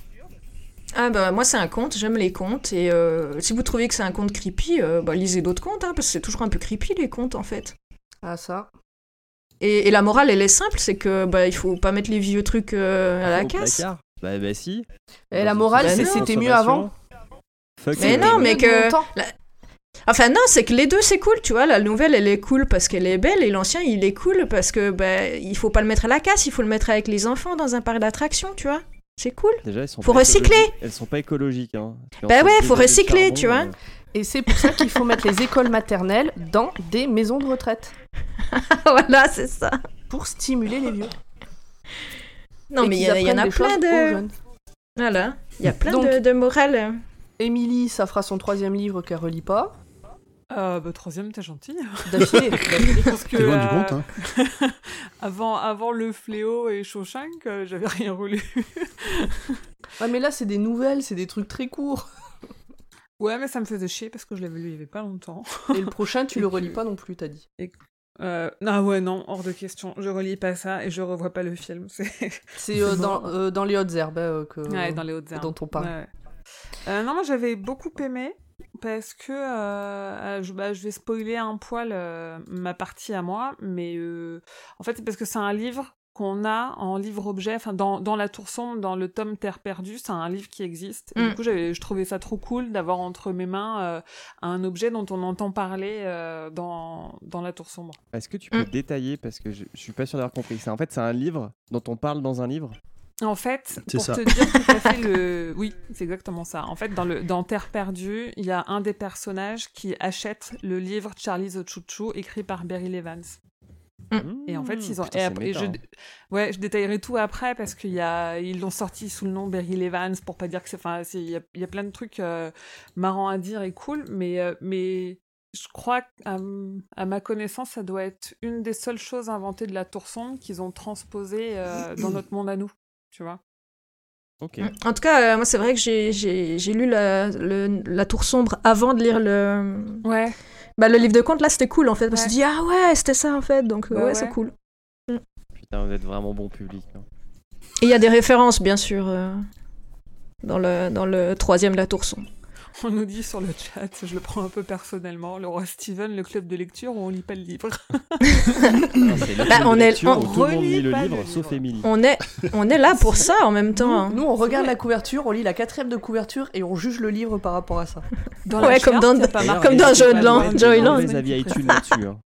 E: Ah bah moi c'est un conte, j'aime les contes et euh, si vous trouvez que c'est un conte creepy, euh, bah, lisez d'autres contes hein, parce que c'est toujours un peu creepy les contes en fait.
A: Ah ça.
E: Et, et la morale elle est simple, c'est que bah il faut pas mettre les vieux trucs euh, à la
B: Au
E: casse.
B: placard Bah, bah si.
A: Et
B: Dans
A: la
B: une
A: morale,
B: société
E: c'est
B: de
A: c'était mieux
B: consommation.
A: avant.
B: Fuck
E: Mais
B: les
E: non,
B: gens.
E: mais
A: de
E: que-
A: longtemps.
E: Enfin non, c'est que les deux c'est cool, tu vois, la nouvelle elle est cool parce qu'elle est belle et l'ancien il est cool parce que bah il faut pas le mettre à la casse, il faut le mettre avec les enfants dans un parc d'attractions, tu vois. C'est cool.
B: Déjà, elles sont
E: Faut
B: pas
E: recycler.
B: écologiques. Elles sont pas écologiques. Hein.
E: Bah ouais, faut
B: Parce que ensuite,
E: recycler,
B: le
E: tu vois.
B: euh,
A: Et c'est pour ça qu'il faut mettre les écoles maternelles dans des maisons de retraite.
E: voilà, c'est ça.
A: Pour stimuler les vieux.
E: Non
A: Et
E: mais il
A: qu'ils
E: y, a- il y en
A: apprennent
E: a
A: des
E: plein
A: choses aux
E: de
A: jeunes.
E: voilà, il y a plein
A: Donc-
E: de, de morales.
A: Émilie, ça fera son troisième livre qu'elle relit pas.
C: Euh, bah, troisième, t'es gentil.
A: D'affilée. d'affilée.
C: Parce que,
D: T'es loin du
C: euh,
D: compte, hein.
C: avant, avant le fléau et Shawshank, euh, j'avais rien relu.
A: ouais, mais là, c'est des nouvelles, c'est des trucs très courts.
C: ouais, mais ça me faisait chier parce que je l'avais lu il y avait pas longtemps.
A: Et le prochain, tu
C: Et
A: le
C: puis-
A: relis pas non plus, t'as dit.
C: Euh, ah ouais, non, hors de question. Je relis pas ça et je revois pas le film. C'est
A: C'est euh,
C: Bon.
A: dans, euh, dans les hautes herbes euh, que,
C: ouais, dans les hautes herbes.
A: dont on parle.
C: Ouais, ouais. Euh, non, moi j'avais beaucoup aimé parce que euh, euh, je, bah, je vais spoiler un poil euh, ma partie à moi, mais euh, en fait c'est parce que c'est un livre qu'on a en livre objet, enfin dans, dans la tour sombre, dans le tome Terre perdue, c'est un livre qui existe. Et
E: Mm.
C: Du coup, j'avais- je trouvais ça trop cool d'avoir entre mes mains euh, un objet dont on entend parler euh, dans, dans la tour sombre.
B: Est-ce que tu peux
E: Mm.
B: détailler parce que je, je suis pas sûr d'avoir compris. C'est en fait c'est un livre dont on parle dans un livre.
C: En fait,
D: C'est
C: pour
D: ça.
C: te dire tout à fait le... Oui, c'est exactement ça. En fait, dans, le... dans Terre perdue, il y a un des personnages qui achète le livre Charlie the Chouchou écrit par Berry Levans.
E: Mm.
C: Et en fait, ils ont.
B: Mmh, Putain,
C: et
B: c'est
C: après- et
B: méta,
C: je...
B: hein.
C: Ouais, je détaillerai tout après parce qu'il y a... ils l'ont sorti sous le nom Berry Levans pour pas dire que c'est. Enfin, c'est- il y, a... il y a plein de trucs euh, marrants à dire et cool, mais. euh, mais... Je crois qu'à m- à ma connaissance, ça doit être une des seules choses inventées de la tour sombre qu'ils ont transposée euh, dans notre monde à nous, tu vois.
B: hein. Ok.
E: En tout cas, euh, moi, c'est vrai que j'ai- j'ai j'ai lu la, le- la Tour Sombre avant de lire le,
C: Ouais,
E: bah, le livre de conte. Là, c'était cool, en fait. Je me suis
C: Ouais.
E: dit, ah ouais, c'était ça, en fait. Donc, euh,
C: Bah
E: ouais,
C: ouais.
E: c'est cool.
B: Putain, vous êtes vraiment bon public. hein.
E: Et il y a des références, bien sûr, euh, dans, le, dans le troisième de la Tour Sombre.
C: On nous dit sur le chat, je le prends un peu personnellement, le roi Steven, le club de lecture où on lit pas le livre.
B: Non, c'est le
E: Bah,
B: club de
E: on est-
B: lecture
E: on
B: où tout le monde
C: relit
B: lit le
C: pas le
B: livre
C: livre.
B: sauf Émilie.
E: On est, on est là pour ça en même temps. hein.
A: Nous, on regarde la couverture, on lit la quatrième de couverture et on juge le livre par rapport à ça.
C: Dans
E: Ouais,
C: la
E: comme
C: charte,
E: dans-
C: y a pas
B: D'ailleurs,
C: marqué
E: comme dans
C: que c'est
E: Joy
C: pas
E: Land-
C: le droit de
E: Joy
C: lire.
E: Land.
B: Les avis iTunes là-dessus. hein.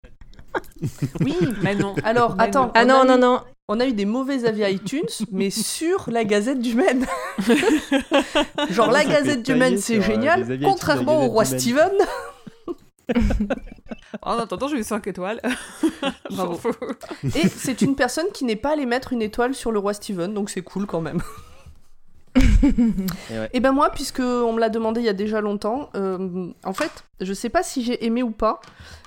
C: Oui, mais non.
A: Alors,
C: Mais
A: attends.
C: non.
E: Ah
A: on
E: non,
A: a
E: non,
A: eu-
E: non.
A: On a eu des mauvais avis iTunes, mais sur la Gazette du Maine. Genre, la
B: Ça fait
A: Gazette du
B: tailler
A: Maine, c'est
B: sur, euh,
A: génial,
B: des avis iTunes de
A: contrairement
B: la
A: au roi
B: Gazette du
A: Steven.
C: En attendant, j'ai eu 5 étoiles. Bravo.
A: Et c'est une personne qui n'est pas allée mettre une étoile sur le roi Steven, donc c'est cool quand même.
B: Et ouais.
A: Et ben moi, puisque on me l'a demandé il y a déjà longtemps, euh, en fait, je sais pas si j'ai aimé ou pas,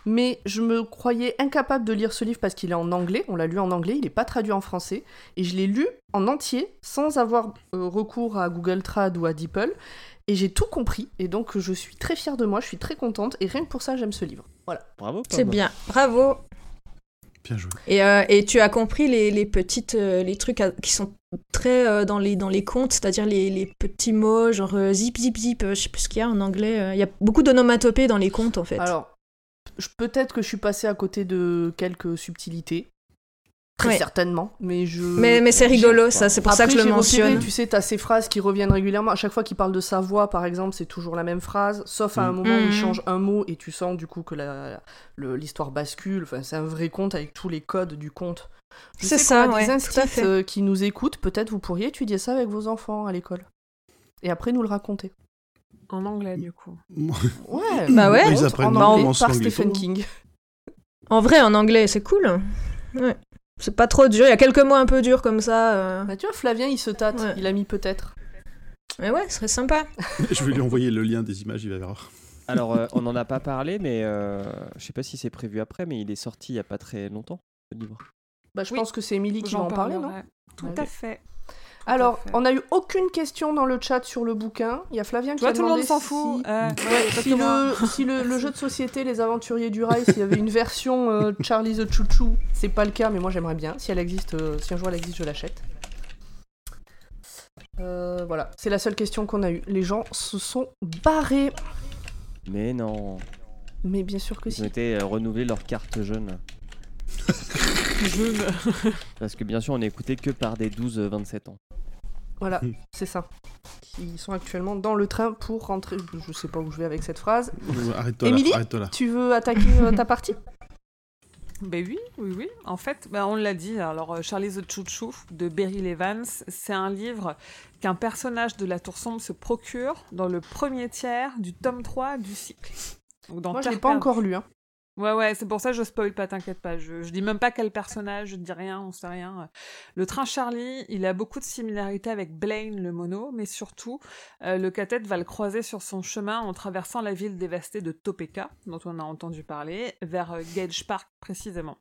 A: mais je me croyais incapable de lire ce livre parce qu'il est en anglais. On l'a lu en anglais, il n'est pas traduit en français, et je l'ai lu en entier sans avoir euh, recours à Google Trad ou à DeepL, et j'ai tout compris. Et donc je suis très fière de moi, je suis très contente, et rien que pour ça, j'aime ce livre. Voilà.
B: Bravo.
E: C'est
B: Pomme.
E: bien. Bravo.
D: Bien joué.
E: Et, euh, et tu as compris les, les petites euh, les trucs à- qui sont très euh, dans les dans les contes, c'est-à-dire les, les petits mots genre euh, zip zip zip, euh, je sais plus ce qu'il y a en anglais. euh, Il y a beaucoup d'onomatopées dans les contes en fait.
A: Alors, je- peut-être que je suis passée à côté de quelques subtilités. Très
E: Ouais.
A: certainement, mais je.
E: mais mais c'est
B: je sais
E: rigolo
B: pas.
E: ça, c'est pour ça
A: Après,
E: que je le
A: j'ai repéré,
E: mentionne.
A: tu sais, t'as ces phrases qui reviennent régulièrement. À chaque fois qu'il parle de sa voix, par exemple, c'est toujours la même phrase, sauf à un
B: Mm.
A: moment où
E: Mm.
A: il change un mot et tu sens du coup que la- le- l'histoire bascule. Enfin, c'est un vrai conte avec tous les codes du conte. Je
E: C'est
A: sais
E: ça,
A: qu'on a des
E: ouais,
A: instits,
E: tout à fait.
A: euh, qui nous écoutent. Peut-être vous pourriez étudier ça avec vos enfants à l'école. Et après nous le raconter.
C: En anglais, du coup.
A: Ouais.
E: Bah ouais.
D: Ils apprennent
A: en anglais,
D: comment se
A: par
D: languer.
A: Stephen King.
E: En vrai, en anglais, c'est cool. Ouais. C'est pas trop dur. Il y a quelques mots un peu durs comme ça. euh.
A: Bah, tu vois, Flavien, il se tâte.
E: Ouais.
A: Il a mis peut-être.
E: Mais ouais, ce serait sympa.
D: Je vais lui envoyer le lien des images, il va voir.
B: Alors, euh, on n'en a pas parlé, mais euh, je sais pas si c'est prévu après, mais il est sorti il y a pas très longtemps, le livre.
A: Bah, je
C: Oui.
A: pense que c'est Émilie qui va
C: J'en
A: en parler, non
C: parlerai. Bah, Tout
A: Ouais.
C: à fait. à
A: Alors,
C: fait.
A: on n'a eu aucune question dans le chat sur le bouquin. Il y a Flavien
C: Tu
A: qui
C: vois,
A: a
C: tout le monde
A: demandé
C: s'en
A: si-
C: fout. Euh, ouais, y a pas
A: Si
C: que moi.
A: le, si le- le jeu de société Les Aventuriers du Rail, s'il y avait une version euh, Charlie the Chouchou, c'est pas le cas, mais moi j'aimerais bien. Si elle existe, euh, si un jour elle existe, je l'achète. Euh, voilà, c'est la seule question qu'on a eue. Les gens se sont barrés,
B: Mais non,
A: mais bien sûr que
B: ils ont
A: si.
B: été euh, renouvelés leur carte jeune.
C: Jeune.
B: Parce que bien sûr, on est écouté que par des 12-27 ans.
A: Voilà, c'est ça. Ils sont actuellement dans le train pour rentrer. Je sais pas où je vais avec cette phrase.
D: Arrête-toi
A: Émilie
D: là, arrête-toi là.
A: Tu veux attaquer euh, ta partie
C: Ben oui, oui, oui. En fait, ben on l'a dit. Alors, euh, Charlie the Chouchou de Berry Levans, c'est un livre qu'un personnage de la Tour Sombre se procure dans le premier tiers du tome 3 du cycle. Donc, dans
A: Moi je l'ai
C: Terre
A: pas
C: perdue.
A: encore lu. hein.
C: Ouais, ouais, c'est pour ça que je spoil pas, t'inquiète pas. Je, je dis même pas quel personnage, je dis rien, on sait rien. Le train Charlie, il a beaucoup de similarités avec Blaine le mono, mais surtout, euh, le cathète va le croiser sur son chemin en traversant la ville dévastée de Topeka, dont on a entendu parler, vers euh, Gage Park précisément.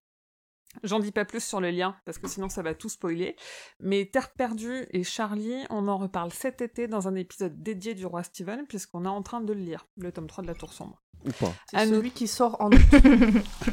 C: J'en dis pas plus sur le lien, parce que sinon ça va tout spoiler. Mais Terre perdue et Charlie, on en reparle cet été dans un épisode dédié du Roi Steven, puisqu'on est en train de le lire, le tome 3 de la Tour Sombre.
B: Ou pas.
A: C'est
C: Ah, nous-
A: celui qui sort en
C: À-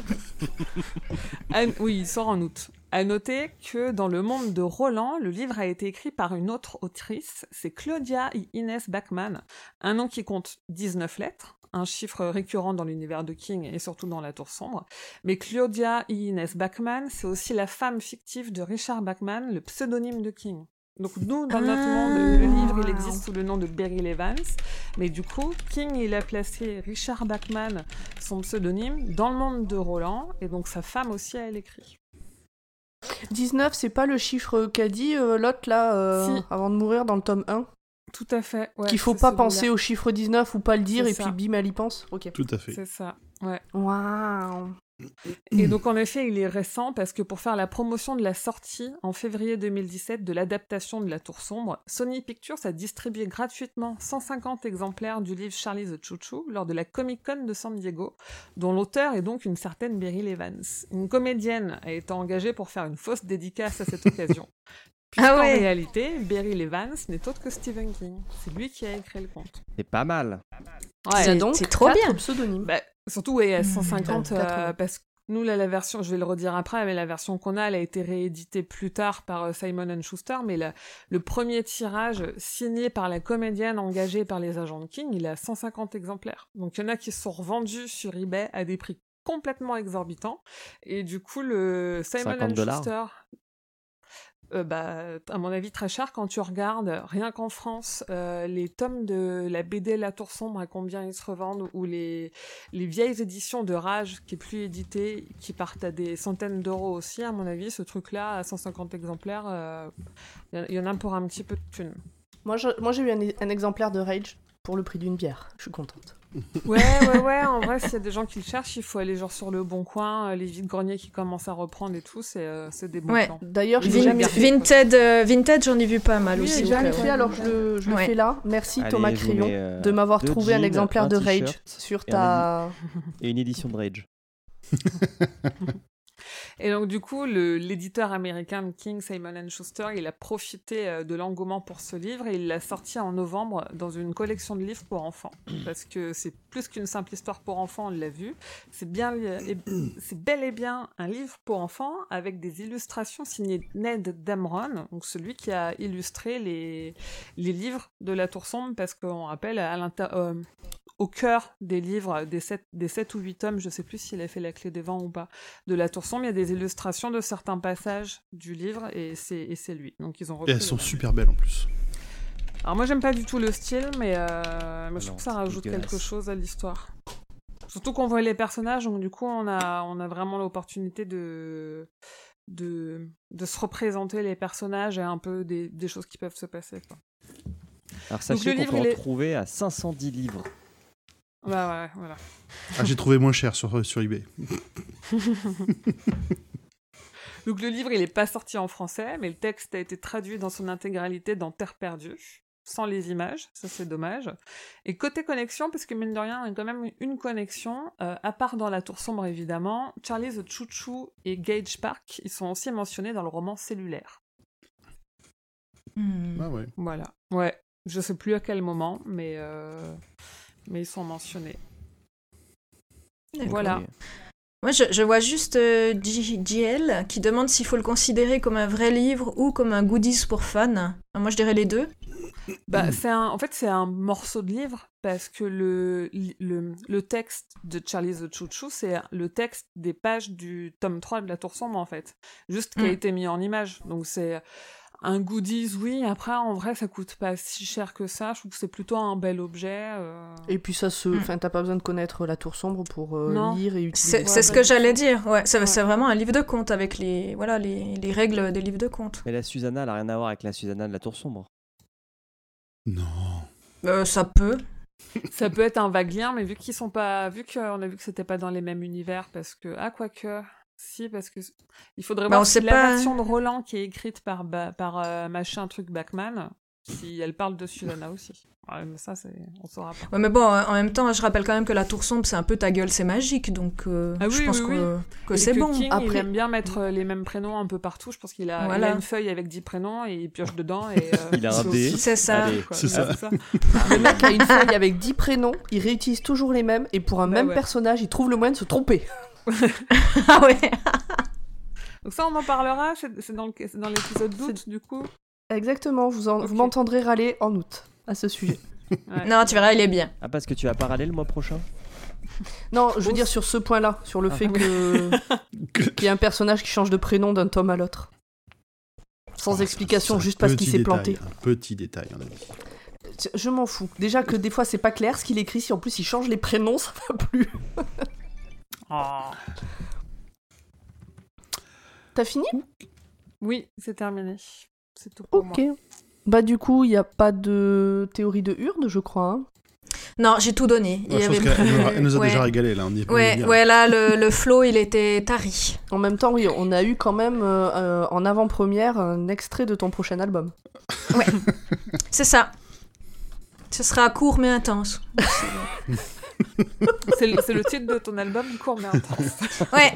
C: Ah, oui, il sort en août. À noter que dans le monde de Roland, le livre a été écrit par une autre autrice, c'est Claudia I- Inès Bachmann, un nom qui compte 19 lettres, un chiffre récurrent dans l'univers de King et surtout dans La Tour Sombre. Mais Claudia I- Inès Bachmann, c'est aussi la femme fictive de Richard Bachmann, le pseudonyme de King. Donc nous, dans notre
E: Ah.
C: monde, le livre, il existe sous le nom de Beryl Evans, mais du coup, King, il a placé Richard Bachman son pseudonyme dans le monde de Roland, et donc sa femme aussi, elle écrit.
A: 19, c'est pas le chiffre qu'a dit euh, l'autre là, euh,
C: Si.
A: avant de mourir dans le tome 1.
C: Tout à fait. ouais,
A: qu'il faut
C: c'est
A: pas
C: celui-là.
A: penser au chiffre 19 ou pas le dire,
C: C'est
A: et
C: ça.
A: puis bim, elle y pense. Ok.
D: Tout à fait.
C: C'est ça.
A: Waouh.
C: Et donc, en effet, il est récent parce que pour faire la promotion de la sortie en février 2017 de l'adaptation de La Tour Sombre, Sony Pictures a distribué gratuitement 150 exemplaires du livre Charlie the Choo Choo lors de la Comic Con de San Diego, dont l'auteur est donc une certaine Beryl Evans. Une comédienne a été engagée pour faire une fausse dédicace à cette occasion. Puisqu'en
E: Ah ouais.
C: réalité, Beryl Evans n'est autre que Stephen King. C'est lui qui a écrit le conte.
B: C'est pas mal.
E: C'est-
A: donc
E: c'est trop
A: quatre
E: bien.
A: pseudonymes.
C: Bah, surtout, oui, à
E: Mm,
C: 150,
A: Mmh, quatre,
C: euh,
A: quatre, ouais.
C: parce que nous, là, la version, je vais le redire après, mais la version qu'on a, elle a été rééditée plus tard par euh, Simon and Schuster, mais la- le premier tirage signé par la comédienne engagée par les agents de King, il a 150 exemplaires. Donc, il y en a qui sont revendus sur eBay à des prix complètement exorbitants, et du coup, le Simon
B: 50
C: and
B: dollars.
C: Schuster... euh, bah, à mon avis, très cher quand tu regardes rien qu'en France euh, les tomes de la BD La Tour Sombre à combien ils se revendent ou les, les vieilles éditions de Rage, qui est plus éditée, qui partent à des centaines d'euros aussi, à mon avis, ce truc-là, à 150 exemplaires, euh, il y, en a pour un petit peu de thunes.
A: Moi, je- moi, j'ai eu un, un exemplaire de Rage pour le prix d'une bière. Je suis contente.
C: Ouais, ouais, ouais, en vrai, s'il y a des gens qui le cherchent, il faut aller genre sur le Bon Coin, euh, les vides-greniers qui commencent à reprendre et tout, c'est euh, c'est des bons
E: Ouais.
C: plans.
A: D'ailleurs, je l'ai
C: Vin-
A: jamais
C: Vin-
A: fait.
E: Vinted, euh, vintage, j'en ai vu pas mal
A: Oui,
E: aussi. euh,
A: j'ai
E: au
A: jamais
E: cas où.
A: fait, alors je le, je le
E: Ouais.
A: fais là. Merci
B: Allez,
A: Thomas
B: je vous
A: Crayon
B: mets, euh,
A: de m'avoir
B: deux
A: trouvé un
B: jeans,
A: exemplaire
B: un
A: de Rage
B: t-shirt
A: sur
B: et un
A: ta.
B: Et une édition de Rage.
C: Et donc du coup, le- l'éditeur américain de King, Simon and Schuster, il a profité euh, de l'engouement pour ce livre et il l'a sorti en novembre dans une collection de livres pour enfants.
D: Mm.
C: Parce que c'est plus qu'une simple histoire pour enfants, on l'a vu. C'est bien, li- et-
D: Mm.
C: c'est bel et bien un livre pour enfants avec des illustrations signées Ned Damron, donc celui qui a illustré les, les livres de la Tour Sombre, parce qu'on rappelle à l'inter- euh, au cœur des livres, des 7, des sept ou 8 tomes, je sais plus s'il a fait La Clé des Vents ou pas, de la Tour Sombre, il y a des illustrations de certains passages du livre et c'est et c'est lui. Donc ils ont
D: Et
C: repris.
D: elles sont
C: le-
D: super belles en plus.
C: Alors moi j'aime pas du tout le style, mais euh, moi, je
B: Non,
C: trouve que ça
B: c'est
C: rajoute
B: dégueulasse.
C: quelque chose à l'histoire. Surtout qu'on voit les personnages, donc du coup on a on a vraiment l'opportunité de de de se représenter les personnages et un peu des, des choses qui peuvent se passer. quoi.
B: Alors
C: le
B: sachez qu'on
C: livre,
B: peut en
C: il est-
B: trouver à 510 livres.
C: Bah ouais, voilà.
D: Ah, j'ai trouvé moins cher sur, sur eBay.
C: Donc le livre, il n'est pas sorti en français, mais le texte a été traduit dans son intégralité dans Terre perdue, sans les images, ça c'est dommage. Et côté connexion, parce que mine de rien, il y a quand même une connexion, euh, à part dans La Tour Sombre évidemment, Charlie the Chouchou et Gage Park, ils sont aussi mentionnés dans le roman Cellulaire.
E: Hmm.
D: Ah ouais.
C: Voilà. Ouais, je sais plus à quel moment, mais, euh, mais ils sont mentionnés.
E: D'accord.
C: Voilà.
E: Moi, je, je vois juste euh, J- JL qui demande s'il faut le considérer comme un vrai livre ou comme un goodies pour fans. Ah, Moi, je dirais les deux.
C: Bah, c'est un, en fait, c'est un morceau de livre parce que le, le, le texte de Charlie the Chouchou, c'est le texte des pages du tome 3 de La Tour Sombre, en fait. Juste qui a
E: Mm.
C: été mis en image. Donc, c'est un goodies, oui. Après, en vrai, ça coûte pas si cher que ça. Je trouve que c'est plutôt un bel objet. euh.
A: Et puis ça se.
E: Mm.
A: Enfin, t'as pas besoin de connaître la tour sombre pour euh,
C: Non.
A: lire et
E: C'est
A: utiliser.
E: c'est ce
C: bah,
E: que
C: du
E: j'allais
C: coup.
E: dire. Ouais, ça-
C: Ouais.
E: c'est vraiment un livre de compte avec les, voilà, les, les règles des livres de compte.
B: Mais la Susanna, elle a rien à voir avec la Susanna de la Tour Sombre.
D: Non.
E: Euh, ça peut.
C: Ça peut être un vague lien, mais vu qu'ils sont pas, vu qu'on a vu que c'était pas dans les mêmes univers, parce que ah quoique, si parce que il faudrait
E: Bah, on
C: voir si
E: sait
C: la
E: pas, hein.
C: version de Roland qui est écrite par Ba- par euh, machin truc Bachman, si elle parle de Susanna aussi. Ouais, mais ça c'est, on saura pas.
E: Ouais, mais bon, en en même temps, je rappelle quand même que la tour sombre, c'est un peu ta gueule, c'est magique, donc euh,
C: Ah
E: je
C: oui,
E: pense
C: oui,
E: que, que
C: Et
E: c'est
C: que
E: bon.
C: King, il
A: Après-
C: aime bien mettre euh, les mêmes prénoms un peu partout. Je pense qu'il a, il
E: Voilà.
C: a une feuille avec 10 prénoms et il pioche dedans. Et, euh,
B: Il a un
C: c'est
B: dé.
C: aussi-
E: C'est ça.
B: Allez.
C: quoi.
D: C'est ça.
A: Le mec a une feuille avec 10 prénoms, il réutilise toujours les mêmes, et pour un
C: Bah
A: même
C: ouais.
A: personnage, il trouve le moyen de se tromper.
E: Ah ouais.
C: Donc ça, on en parlera. C'est c'est dans le- c'est dans l'épisode d'août, du coup.
A: Exactement, vous en- vous
C: Ok.
A: m'entendrez râler en août à ce sujet.
C: Ouais.
E: Non, tu verras, il est bien.
B: Ah, parce que tu as parallèle le mois prochain
A: Non, je veux
C: Ouf.
A: dire sur ce point-là, sur le
B: Ah.
A: fait que qu'il y a un personnage qui change de prénom d'un tome à l'autre. Sans
D: Oh,
A: explication,
D: c'est un
A: juste parce qu'il
D: petit
A: s'est
D: détail,
A: planté.
D: Un petit détail, à mon avis.
A: Je m'en fous. Déjà que des fois c'est pas clair ce qu'il écrit, si en plus il change les prénoms, ça va plus.
C: Oh.
A: T'as fini
C: Oui, c'est terminé. C'est tout pour
A: Ok. Bah du coup, il n'y a pas de théorie de hurde, je crois. hein.
E: Non, j'ai tout donné. Il
D: Ouais,
E: y
D: je pense
E: avait-
D: qu'elle nous a- elle nous a
E: Ouais.
D: déjà régalé, là. On y est pas
E: Ouais,
D: bien.
E: ouais, là, le, le flow, il était tari.
A: En même temps, oui, on a eu quand même euh, euh, en avant-première un extrait de ton prochain album.
E: C'est ça. Ce sera court mais intense.
C: moi. C'est le, c'est le titre de ton album, court mais intense.
E: Ouais,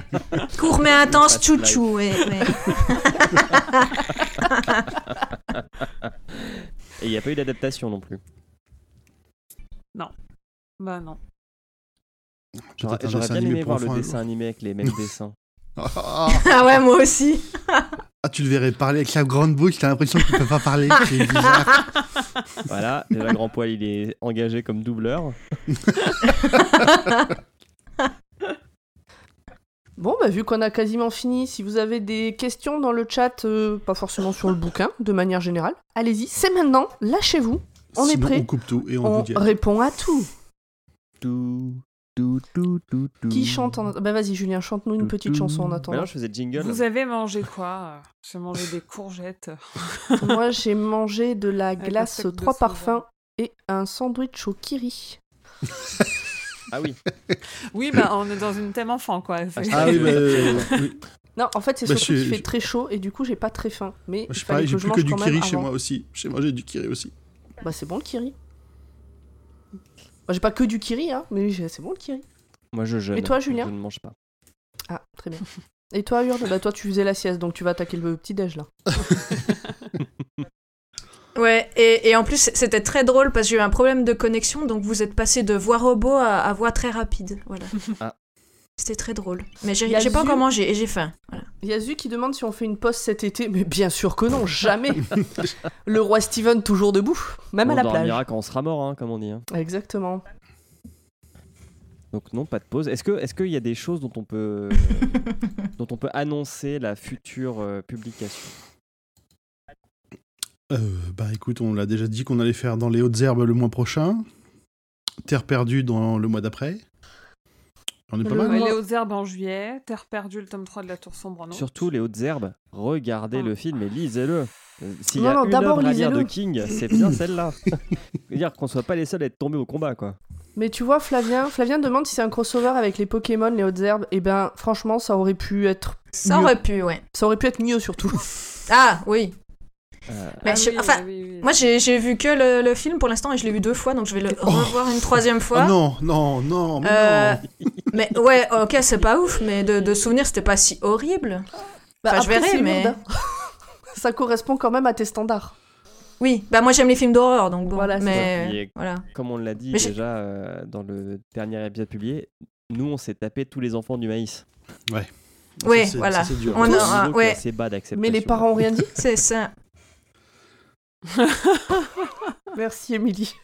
E: court mais intense,
B: Pas de
E: chouchou. Ouais, ouais.
B: Et il n'y a pas eu d'adaptation non plus.
C: Bah non.
B: J'aurais
D: Peut-être un
B: j'aurais
D: dessin
B: bien
D: animé
B: aimé
D: pour
B: voir le
D: enfants, un
B: dessin animé avec les mêmes dessins.
D: jour. Ah,
E: Ah ouais, moi aussi.
D: ah, tu le verrais parler avec la grande bouche, t'as l'impression qu'il peut pas parler. C'est bizarre.
B: Voilà, déjà Grand Poil il est engagé comme doubleur.
A: Bon, bah vu qu'on a quasiment fini, si vous avez des questions dans le chat, euh, pas forcément sur le bouquin, de manière générale, allez-y, c'est maintenant, lâchez-vous, On est
D: Sinon,
A: prêt.
D: on coupe tout et on,
A: on
D: vous dit.
A: répond à tout.
B: Tout, tout, tout, tout, tout.
A: Qui chante en... Bah vas-y Julien, chante-nous une petite chanson en
B: Mais non,
A: attendant.
B: je faisais jingle.
C: Vous avez mangé quoi J'ai mangé des courgettes.
D: Bah,
A: Moi j'ai mangé de la
C: Avec un
A: glace
C: sac de
A: trois
C: soja.
A: parfums et un sandwich au kiri.
B: Ah oui.
C: Oui, bah on est dans une thème enfant, quoi. C'est-
D: Ah oui, bah, euh, oui.
A: Non, en fait c'est
D: Bah,
A: surtout
D: je-
A: qu'il
D: je-
A: fait très chaud et du coup j'ai pas très faim. Mais
D: Moi,
A: il
D: je suis
A: fallait
D: pareil, j'ai
A: que je
D: plus que
A: mange
D: du
A: quand même
D: kiri chez
A: avant.
D: moi aussi. Chez moi, j'ai du kiri aussi.
A: Bah c'est bon le kiri. Bah, j'ai pas que du kiri, hein, mais j'ai- c'est bon le kiri.
B: Moi je jeûne.
A: Et toi, Julien
B: Je ne mange pas.
A: Ah, très bien. Et toi, Hurde Bah toi tu faisais la sieste, donc tu vas attaquer le petit-déj là.
E: Ouais, et, et en plus, c'était très drôle parce que j'ai eu un problème de connexion, donc vous êtes passé de voix robot à, à voix très rapide. Voilà.
B: Ah.
E: C'était très drôle. Mais j'ai
A: Il y a
E: j'ai pas
A: Zu.
E: encore mangé et j'ai faim. Voilà.
A: Yazu qui demande si on fait une pause cet été, mais bien sûr que non, jamais Le roi Steven toujours debout, même
B: on
A: à la
B: dormira
A: plage.
B: quand on sera mort, hein, comme on dit. hein.
A: Exactement.
B: Donc non, pas de pause. Est-ce que, est-ce qu'il y a des choses dont on peut, dont on peut annoncer la future euh, publication
D: Euh, bah écoute, on l'a déjà dit qu'on allait faire dans les hautes herbes le mois prochain. Terre perdue dans le mois d'après. On est pas
A: Le-
D: mal.
C: Ouais,
A: moi-
C: Les hautes herbes en juillet, Terre perdue, le tome 3 de la Tour sombre en août.
B: Surtout les hautes herbes. Regardez
C: Ah.
B: le film et lisez-le. Euh, S'il y
A: Non,
B: a
A: non,
B: une
A: d'abord,
B: œuvre à lire de
A: lisez-le.
B: King, c'est bien celle-là. dire qu'on soit pas les seuls à être tombés au combat, quoi.
A: Mais tu vois, Flavien, Flavien demande si c'est un crossover avec les Pokémon, les hautes herbes. Et ben, franchement, ça aurait pu être,
E: Ça
A: Mieux.
E: aurait pu, ouais.
A: ça aurait pu être mieux surtout.
E: Ah, oui.
B: Euh,
E: Mais
C: Ah
E: je-
C: oui,
E: enfin,
C: oui, oui.
E: moi, j'ai j'ai vu que le, le film pour l'instant et je l'ai vu deux fois, donc je vais le revoir une troisième
D: Oh
E: fois.
D: non, non, non, mais
E: Euh,
D: non.
E: mais ouais, ok, c'est pas ouf, mais de, de souvenir, c'était pas si horrible.
A: Bah,
E: Enfin, je verrai,
A: c'est
E: mais-
A: lourd, hein. ça correspond quand même à tes standards.
E: Oui, bah moi j'aime les films d'horreur, donc bon.
A: Voilà, c'est
B: ça. Il
E: mais
B: est-
E: voilà.
B: comme on l'a dit
E: Mais j'ai-
B: déjà euh, dans le dernier épisode publié, nous on s'est tapé tous les enfants du maïs.
E: Ouais,
D: Ça, c'est- ça,
E: voilà.
D: c'est dur.
E: On
B: C'est un
E: a-
B: niveau
E: ah,
B: qui est
E: ouais.
B: assez bas d'acceptation.
A: Mais les parents ont rien dit.
E: C'est ça.
A: Merci Émilie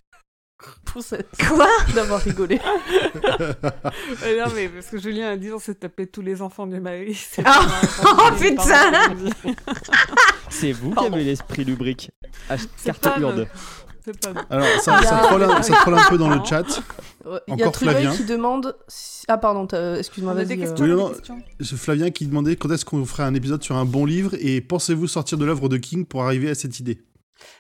A: pour cette...
E: Quoi
A: d'avoir rigolé.
C: Euh, non, mais parce que Julien a dit on s'est tapé tous les enfants du Mali. C'est
E: Ah.
C: pas vrai,
E: Oh,
C: les
E: putain.
C: parents qui l'ont dit.
B: C'est vous qui avez l'esprit lubrique. Ah,
C: C'est
B: Carte
C: pas
B: hurde.
C: notre- C'est pas notre-
D: Alors,
A: Ah
D: ça, ça, troll, un, ça troll un peu dans le chat.
A: Ouais, Il y a
D: Encore
A: Trudeau
D: Flavien.
A: qui demande. si- Ah pardon, t'as- excuse-moi,
C: On a des
A: vas-y. euh,
C: questions,
D: Oui,
C: on a
D: non,
C: des questions.
E: Ah,
D: C'est Flavien qui demandait quand est-ce qu'on ferait un épisode sur un bon livre et pensez-vous sortir de l'œuvre de King pour arriver à cette idée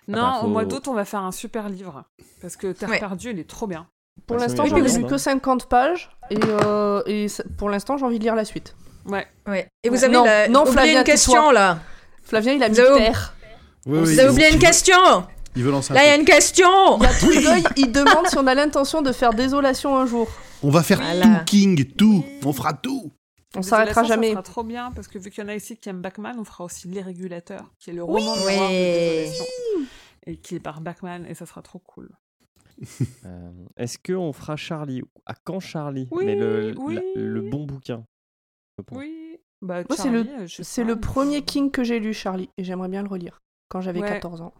C: Non,
B: bah, faut-
C: au mois d'août, on va faire un super livre. Parce que Terre
E: Ouais.
C: perdue, il est trop bien.
A: Pour
B: Ouais,
A: l'instant,
B: c'est
A: j'en ai
E: vrai.
A: lu que 50 pages et, euh, et ça- pour l'instant, j'ai envie de lire la suite.
C: Ouais.
E: Ouais. Et vous
A: Ouais.
E: avez
A: Non,
E: la...
A: non,
E: oublié
A: Flavia,
E: une question
A: tais-toi.
E: là.
A: Flavien, il a mis
E: Vous avez-
A: terre.
D: Ouais, ouais,
E: vous
D: ils
E: avez
D: ont-
E: oublié
D: ils
E: une
D: veulent-
E: question.
D: Ils veulent lancer un
E: Là, il y a
D: truc.
E: une question.
A: Il y a tout d'œil, il demande si on a l'intention de faire désolation un jour.
D: On va faire
E: Voilà.
D: tout King, tout. On fera tout.
A: On
C: Désolation,
A: s'arrêtera jamais.
C: Ça sera trop bien, parce que vu qu'il y en a ici qui aiment Bachman, on fera aussi Les Régulateurs, qui est le
E: Oui.
C: roman
E: Ouais.
C: noir de Désolation, et qui est par Bachman, et ça sera trop cool.
B: Euh, Est-ce qu'on fera Charlie À quand Charlie
C: Oui,
B: Mais le,
C: oui.
B: la- le bon bouquin. je pense.
C: Oui. Bah,
A: Moi, c'est le-
C: Charlie, euh, je sais
A: C'est
C: pas,
A: le
C: mais-
A: premier King que j'ai lu, Charlie, et j'aimerais bien le relire quand j'avais
C: Ouais.
A: 14 ans.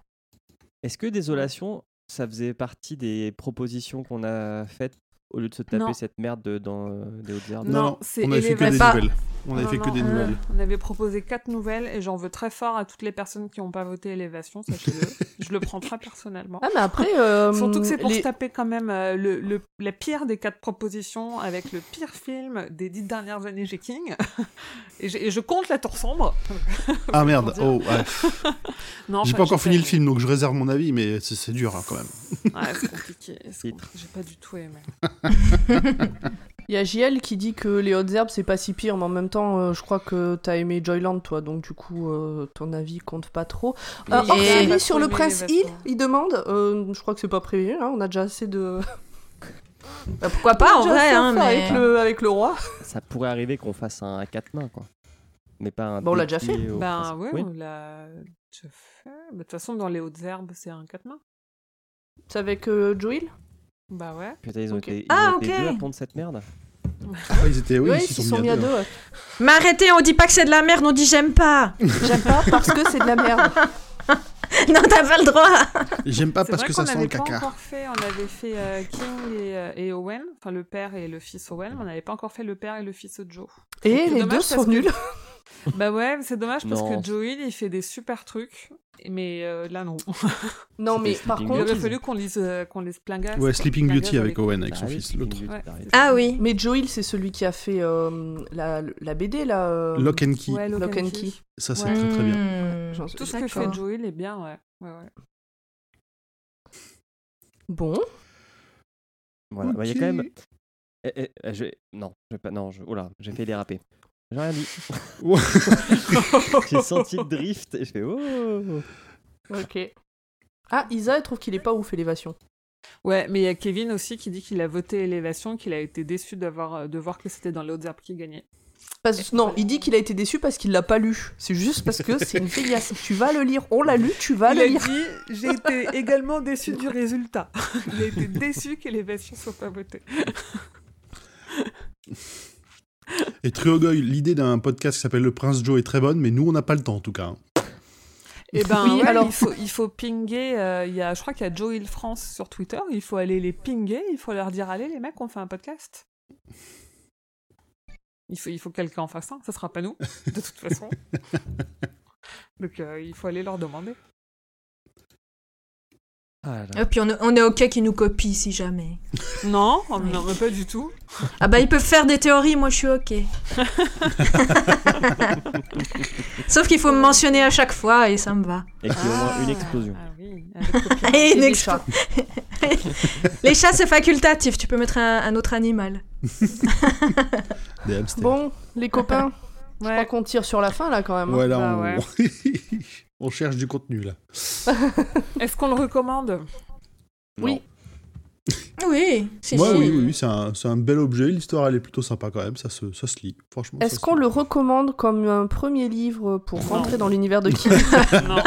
B: Est-ce que Désolation, ça faisait partie des propositions qu'on a faites au lieu de se taper
C: Non.
B: cette merde de- dans euh, des hautes herbes
C: Non, c'est
D: on avait fait que
C: Eleven.
D: des
E: Pas-
D: nouvelles. On avait
C: Non,
D: fait que
C: non,
D: des
C: euh,
D: nouvelles.
C: On avait proposé quatre nouvelles et j'en veux très fort à toutes les personnes qui n'ont pas voté Élévation, sachez-le. je le prends très personnellement.
A: Ah, mais après. euh,
C: Surtout que c'est pour
A: les-
C: se taper quand même euh, le, le- la pire des quatre propositions avec le pire film des dix dernières années chez King. et, j'ai- et je compte la tour sombre.
D: Ah merde.
C: dire.
D: Oh, ouais.
C: Non,
D: J'ai
C: enfin,
D: pas encore
C: je
D: fini
C: sais,
D: le film, donc je réserve mon avis, mais c'est- c'est dur hein, quand même.
C: mais- Ouais, c'est compliqué. c'est
B: Titre.
C: compliqué, J'ai pas du tout aimé.
A: Il y a JL qui dit que les hautes herbes, c'est pas si pire, mais en même temps, euh, je crois que t'as aimé Joyland, toi, donc du coup, euh, ton avis compte pas trop. Euh,
C: Et-
A: hors série
C: Pas
A: sur
C: trop
A: le
C: aimé
A: prince
C: Élévation.
A: Hill, il demande. euh, je crois que c'est pas prévu, hein, on a déjà assez de.
E: Bah, pourquoi pas en
A: déjà
E: vrai
A: assez à
E: hein,
A: faire
E: mais-
A: avec, le, avec le roi.
B: Ça pourrait arriver qu'on fasse un à quatre mains, quoi. Mais pas un.
A: Bah, on l'a déjà
B: dédié au
C: Ben
B: principe.
C: ouais,
B: Oui.
C: on l'a déjà fait. Bah, De toute façon, dans les hautes herbes, c'est un quatre mains.
A: C'est avec euh, Joel
C: Bah ouais.
B: Putain, ils ont
A: Ok.
B: été, ils
E: Ah,
B: ont été
E: ok.
B: deux à prendre cette merde.
D: Ah, ils
C: Eh
D: étaient, oui,
A: Ouais,
D: ils s'y sont mis à deux.
C: hein.
A: ouais.
E: Mais arrêtez, on dit pas que c'est de la merde, on dit j'aime pas.
A: J'aime pas parce que c'est de la merde.
E: non, t'as pas le droit.
D: J'aime pas
C: C'est
D: parce
C: vrai
D: que
C: qu'on
D: ça sent
C: n'avait
D: le
C: pas
D: caca.
C: encore fait, on avait fait euh, King et, euh, et Owen, enfin le père et le fils Owen, mais on n'avait pas encore fait le père et le fils Joe.
A: Et les
C: dommage
A: deux
C: parce
A: sont
C: que-
A: nuls.
C: bah ouais, c'est dommage parce
B: Non.
C: que Joey il fait des super trucs, mais euh, là non.
A: Non, mais
B: C'était
A: par
B: Sleeping
C: Il
A: contre.
C: aurait
B: Beauty.
C: fallu qu'on lise, euh, qu'on lise Plingas.
D: Ouais, Sleeping
C: Plingas
D: Beauty avec Owen, avec son
B: Bah,
D: fils,
B: oui,
D: l'autre.
B: Sleeping
C: Ouais.
B: Beauty, t'as raison.
E: Ah oui.
A: Mais Joel, c'est celui qui a fait euh, la, la BD, là. euh,
D: Lock and Key,
C: Ouais, Lock,
A: Lock
C: and
A: and
C: Key.
A: Key.
D: ça c'est
C: Ouais.
D: très très bien.
E: Hmm.
A: j'en-
C: Tout ce que fait
E: D'accord.
C: Joey il est bien, ouais. ouais, ouais.
A: Bon,
B: Voilà. Bah, Il y a
D: Ok.
B: quand même. Eh, eh, eh, je... Non, je vais pas. Non, je... oula, j'ai fait déraper. J'ai rien dit.
D: Ouais.
B: j'ai senti le drift et je fais oh.
A: ok. Ah, Isa, elle trouve qu'il est pas ouf, Élévation.
C: Ouais, mais il y a Kevin aussi qui dit qu'il a voté Élévation, qu'il a été déçu d'avoir, euh, de voir que c'était dans les hautes herbes qui gagnait.
A: Parce- Non, il dit qu'il a été déçu parce qu'il l'a pas lu. C'est juste parce que c'est une fainéance. tu vas le lire, on l'a lu, tu vas
C: Il
A: le
C: a
A: lire.
C: dit J'ai été également déçu du résultat. Il a été déçu que les versions soient pas votées.
D: Et Triogoy, l'idée d'un podcast qui s'appelle Le Prince Joe est très bonne, mais nous on n'a pas le temps en tout cas. hein.
C: Et ben,
A: Oui,
C: ouais,
A: alors-
C: il, faut, il faut pinguer. euh, il y a, je crois qu'il y a Joe Hill France sur Twitter. Il faut aller les pinguer. Il faut leur dire Allez, les mecs, on fait un podcast. Il faut, il faut que quelqu'un en fasse un. Ça sera pas nous, de toute façon. Donc, euh, il faut aller leur demander.
B: Ah là là.
E: Et puis on, on est ok qui nous copie si jamais.
C: Non, oh,
E: Oui.
C: non, mais pas du tout.
E: Ah bah ils peuvent faire des théories, moi je suis ok. Sauf qu'il faut me mentionner à chaque fois et ça me va.
B: Et puis au moins une
C: Ah,
B: explosion.
C: Ah oui. avec copie.
E: Et une
A: des
E: expo-
A: chats.
E: Les chats c'est facultatif, tu peux mettre un, un autre animal.
D: Des hamsters.
A: Bon, les copains, je crois
C: Ouais.
A: qu'on tire sur la fin là quand même. hein.
D: ouais, là,
C: bah
D: on... on cherche du contenu là.
C: Est-ce qu'on le recommande
A: Oui.
E: Oui, si
D: Ouais,
E: si.
D: oui, oui, oui, c'est un, c'est un bel objet. L'histoire elle est plutôt sympa quand même. Ça se, ça se lit, franchement. ça
A: Est-ce
D: se
A: qu'on
D: lit.
A: le recommande comme un premier livre pour
C: Non.
A: rentrer dans l'univers de King
C: Non.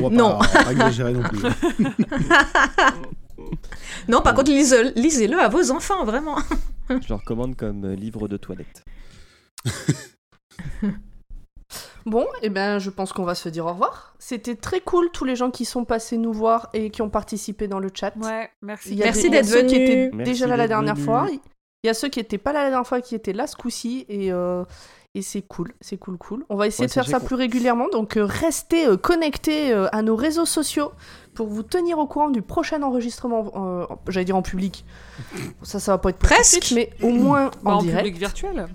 D: On va
E: Non.
D: pas, pas exagérer non plus.
E: Non, par contre lise- lisez-le à vos enfants vraiment.
B: Je le recommande comme euh, livre de toilette.
A: Bon, eh ben, je pense qu'on va se dire au revoir. C'était très cool tous les gens qui sont passés nous voir et qui ont participé dans le chat.
C: Ouais,
A: Il
C: merci.
A: y a
E: Merci
A: des-
E: d'être
A: il y a ceux qui
E: venus.
A: étaient
B: Merci
A: déjà là la
B: d'être
A: dernière
B: venus.
A: fois. Il y a ceux qui n'étaient pas là la dernière fois qui étaient là ce coup-ci et, euh, et c'est cool, c'est cool, cool. On va essayer
B: Ouais,
A: de faire
B: sachez
A: ça
B: qu'on-
A: plus régulièrement, donc euh, restez euh, connectés euh, à nos réseaux sociaux pour vous tenir au courant du prochain enregistrement. euh, en- J'allais dire en public. Ça, ça va pas être pour tout de
E: Presque.
A: suite, mais au moins
C: Bah,
A: en,
C: en
A: direct.
C: public virtuel.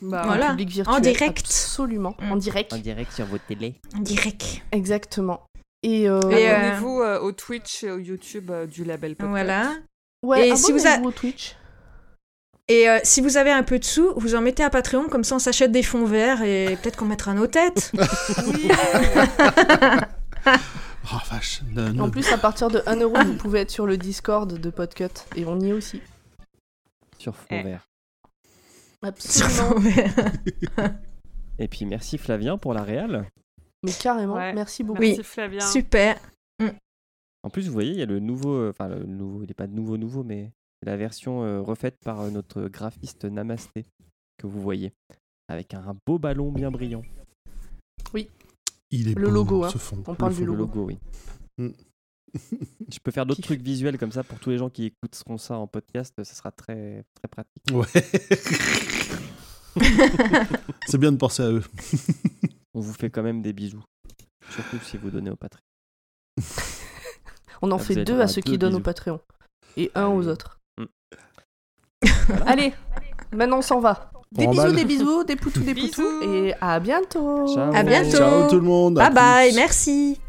C: Bah,
E: Voilà.
A: En public virtuel,
E: direct.
A: Absolument,
E: Mm.
A: en direct.
B: direct sur votre télé.
E: Direct.
A: Exactement. Et, euh,
E: Et, euh,
C: Abonnez-vous euh, au Twitch et au YouTube euh, du label Podcast.
E: Voilà.
A: ouais,
E: et si vous a-
A: abonnez-vous au Twitch.
E: Et euh, si vous avez un peu de sous, vous en mettez à Patreon, comme ça on s'achète des fonds verts et peut-être qu'on mettra nos têtes.
C: Oui.
D: Oh vache. non,
A: En
B: Mm.
D: non.
A: plus, à partir de 1€, euro, vous pouvez être sur le Discord de Podcut. Et on y est aussi.
B: sur fond
C: Eh.
B: vert.
E: Sur
A: Absolument.
E: fonds verts.
B: Et puis merci Flavien pour la réal.
A: Mais carrément,
C: Ouais.
A: merci beaucoup.
C: Merci Flavien.
E: Super.
B: En plus, vous voyez, il y a le nouveau, euh, enfin le nouveau, il n'est pas nouveau nouveau, mais la version euh, refaite par euh, notre graphiste Namasté que vous voyez, avec un beau ballon bien brillant.
D: Il est
A: Le
D: beau,
A: logo, hein.
D: ce fond.
A: On parle
B: Le
A: du
B: fond, le
A: logo.
B: oui.
D: Mm.
B: Je peux faire d'autres
A: Kiff.
B: trucs visuels comme ça pour tous les gens qui écouteront ça en podcast, ça sera très très pratique.
D: Ouais. C'est bien de penser à eux.
B: On vous fait quand même des bisous, surtout si vous donnez au Patreon.
A: On en
B: Ah, vous
A: fait
B: allez
A: deux
B: avoir
A: à ceux
B: deux
A: qui donnent au
B: bisous.
A: Patreon. Et un aux
B: Allez.
A: autres.
B: Mm.
A: Allez, maintenant on s'en va. Des
D: On remballe.
A: bisous, des bisous, des poutous, des poutous.
C: Bisous.
A: Et à bientôt.
B: Ciao.
E: À bientôt.
D: Ciao tout le monde. à
E: Bye bye,
D: plus.
E: merci.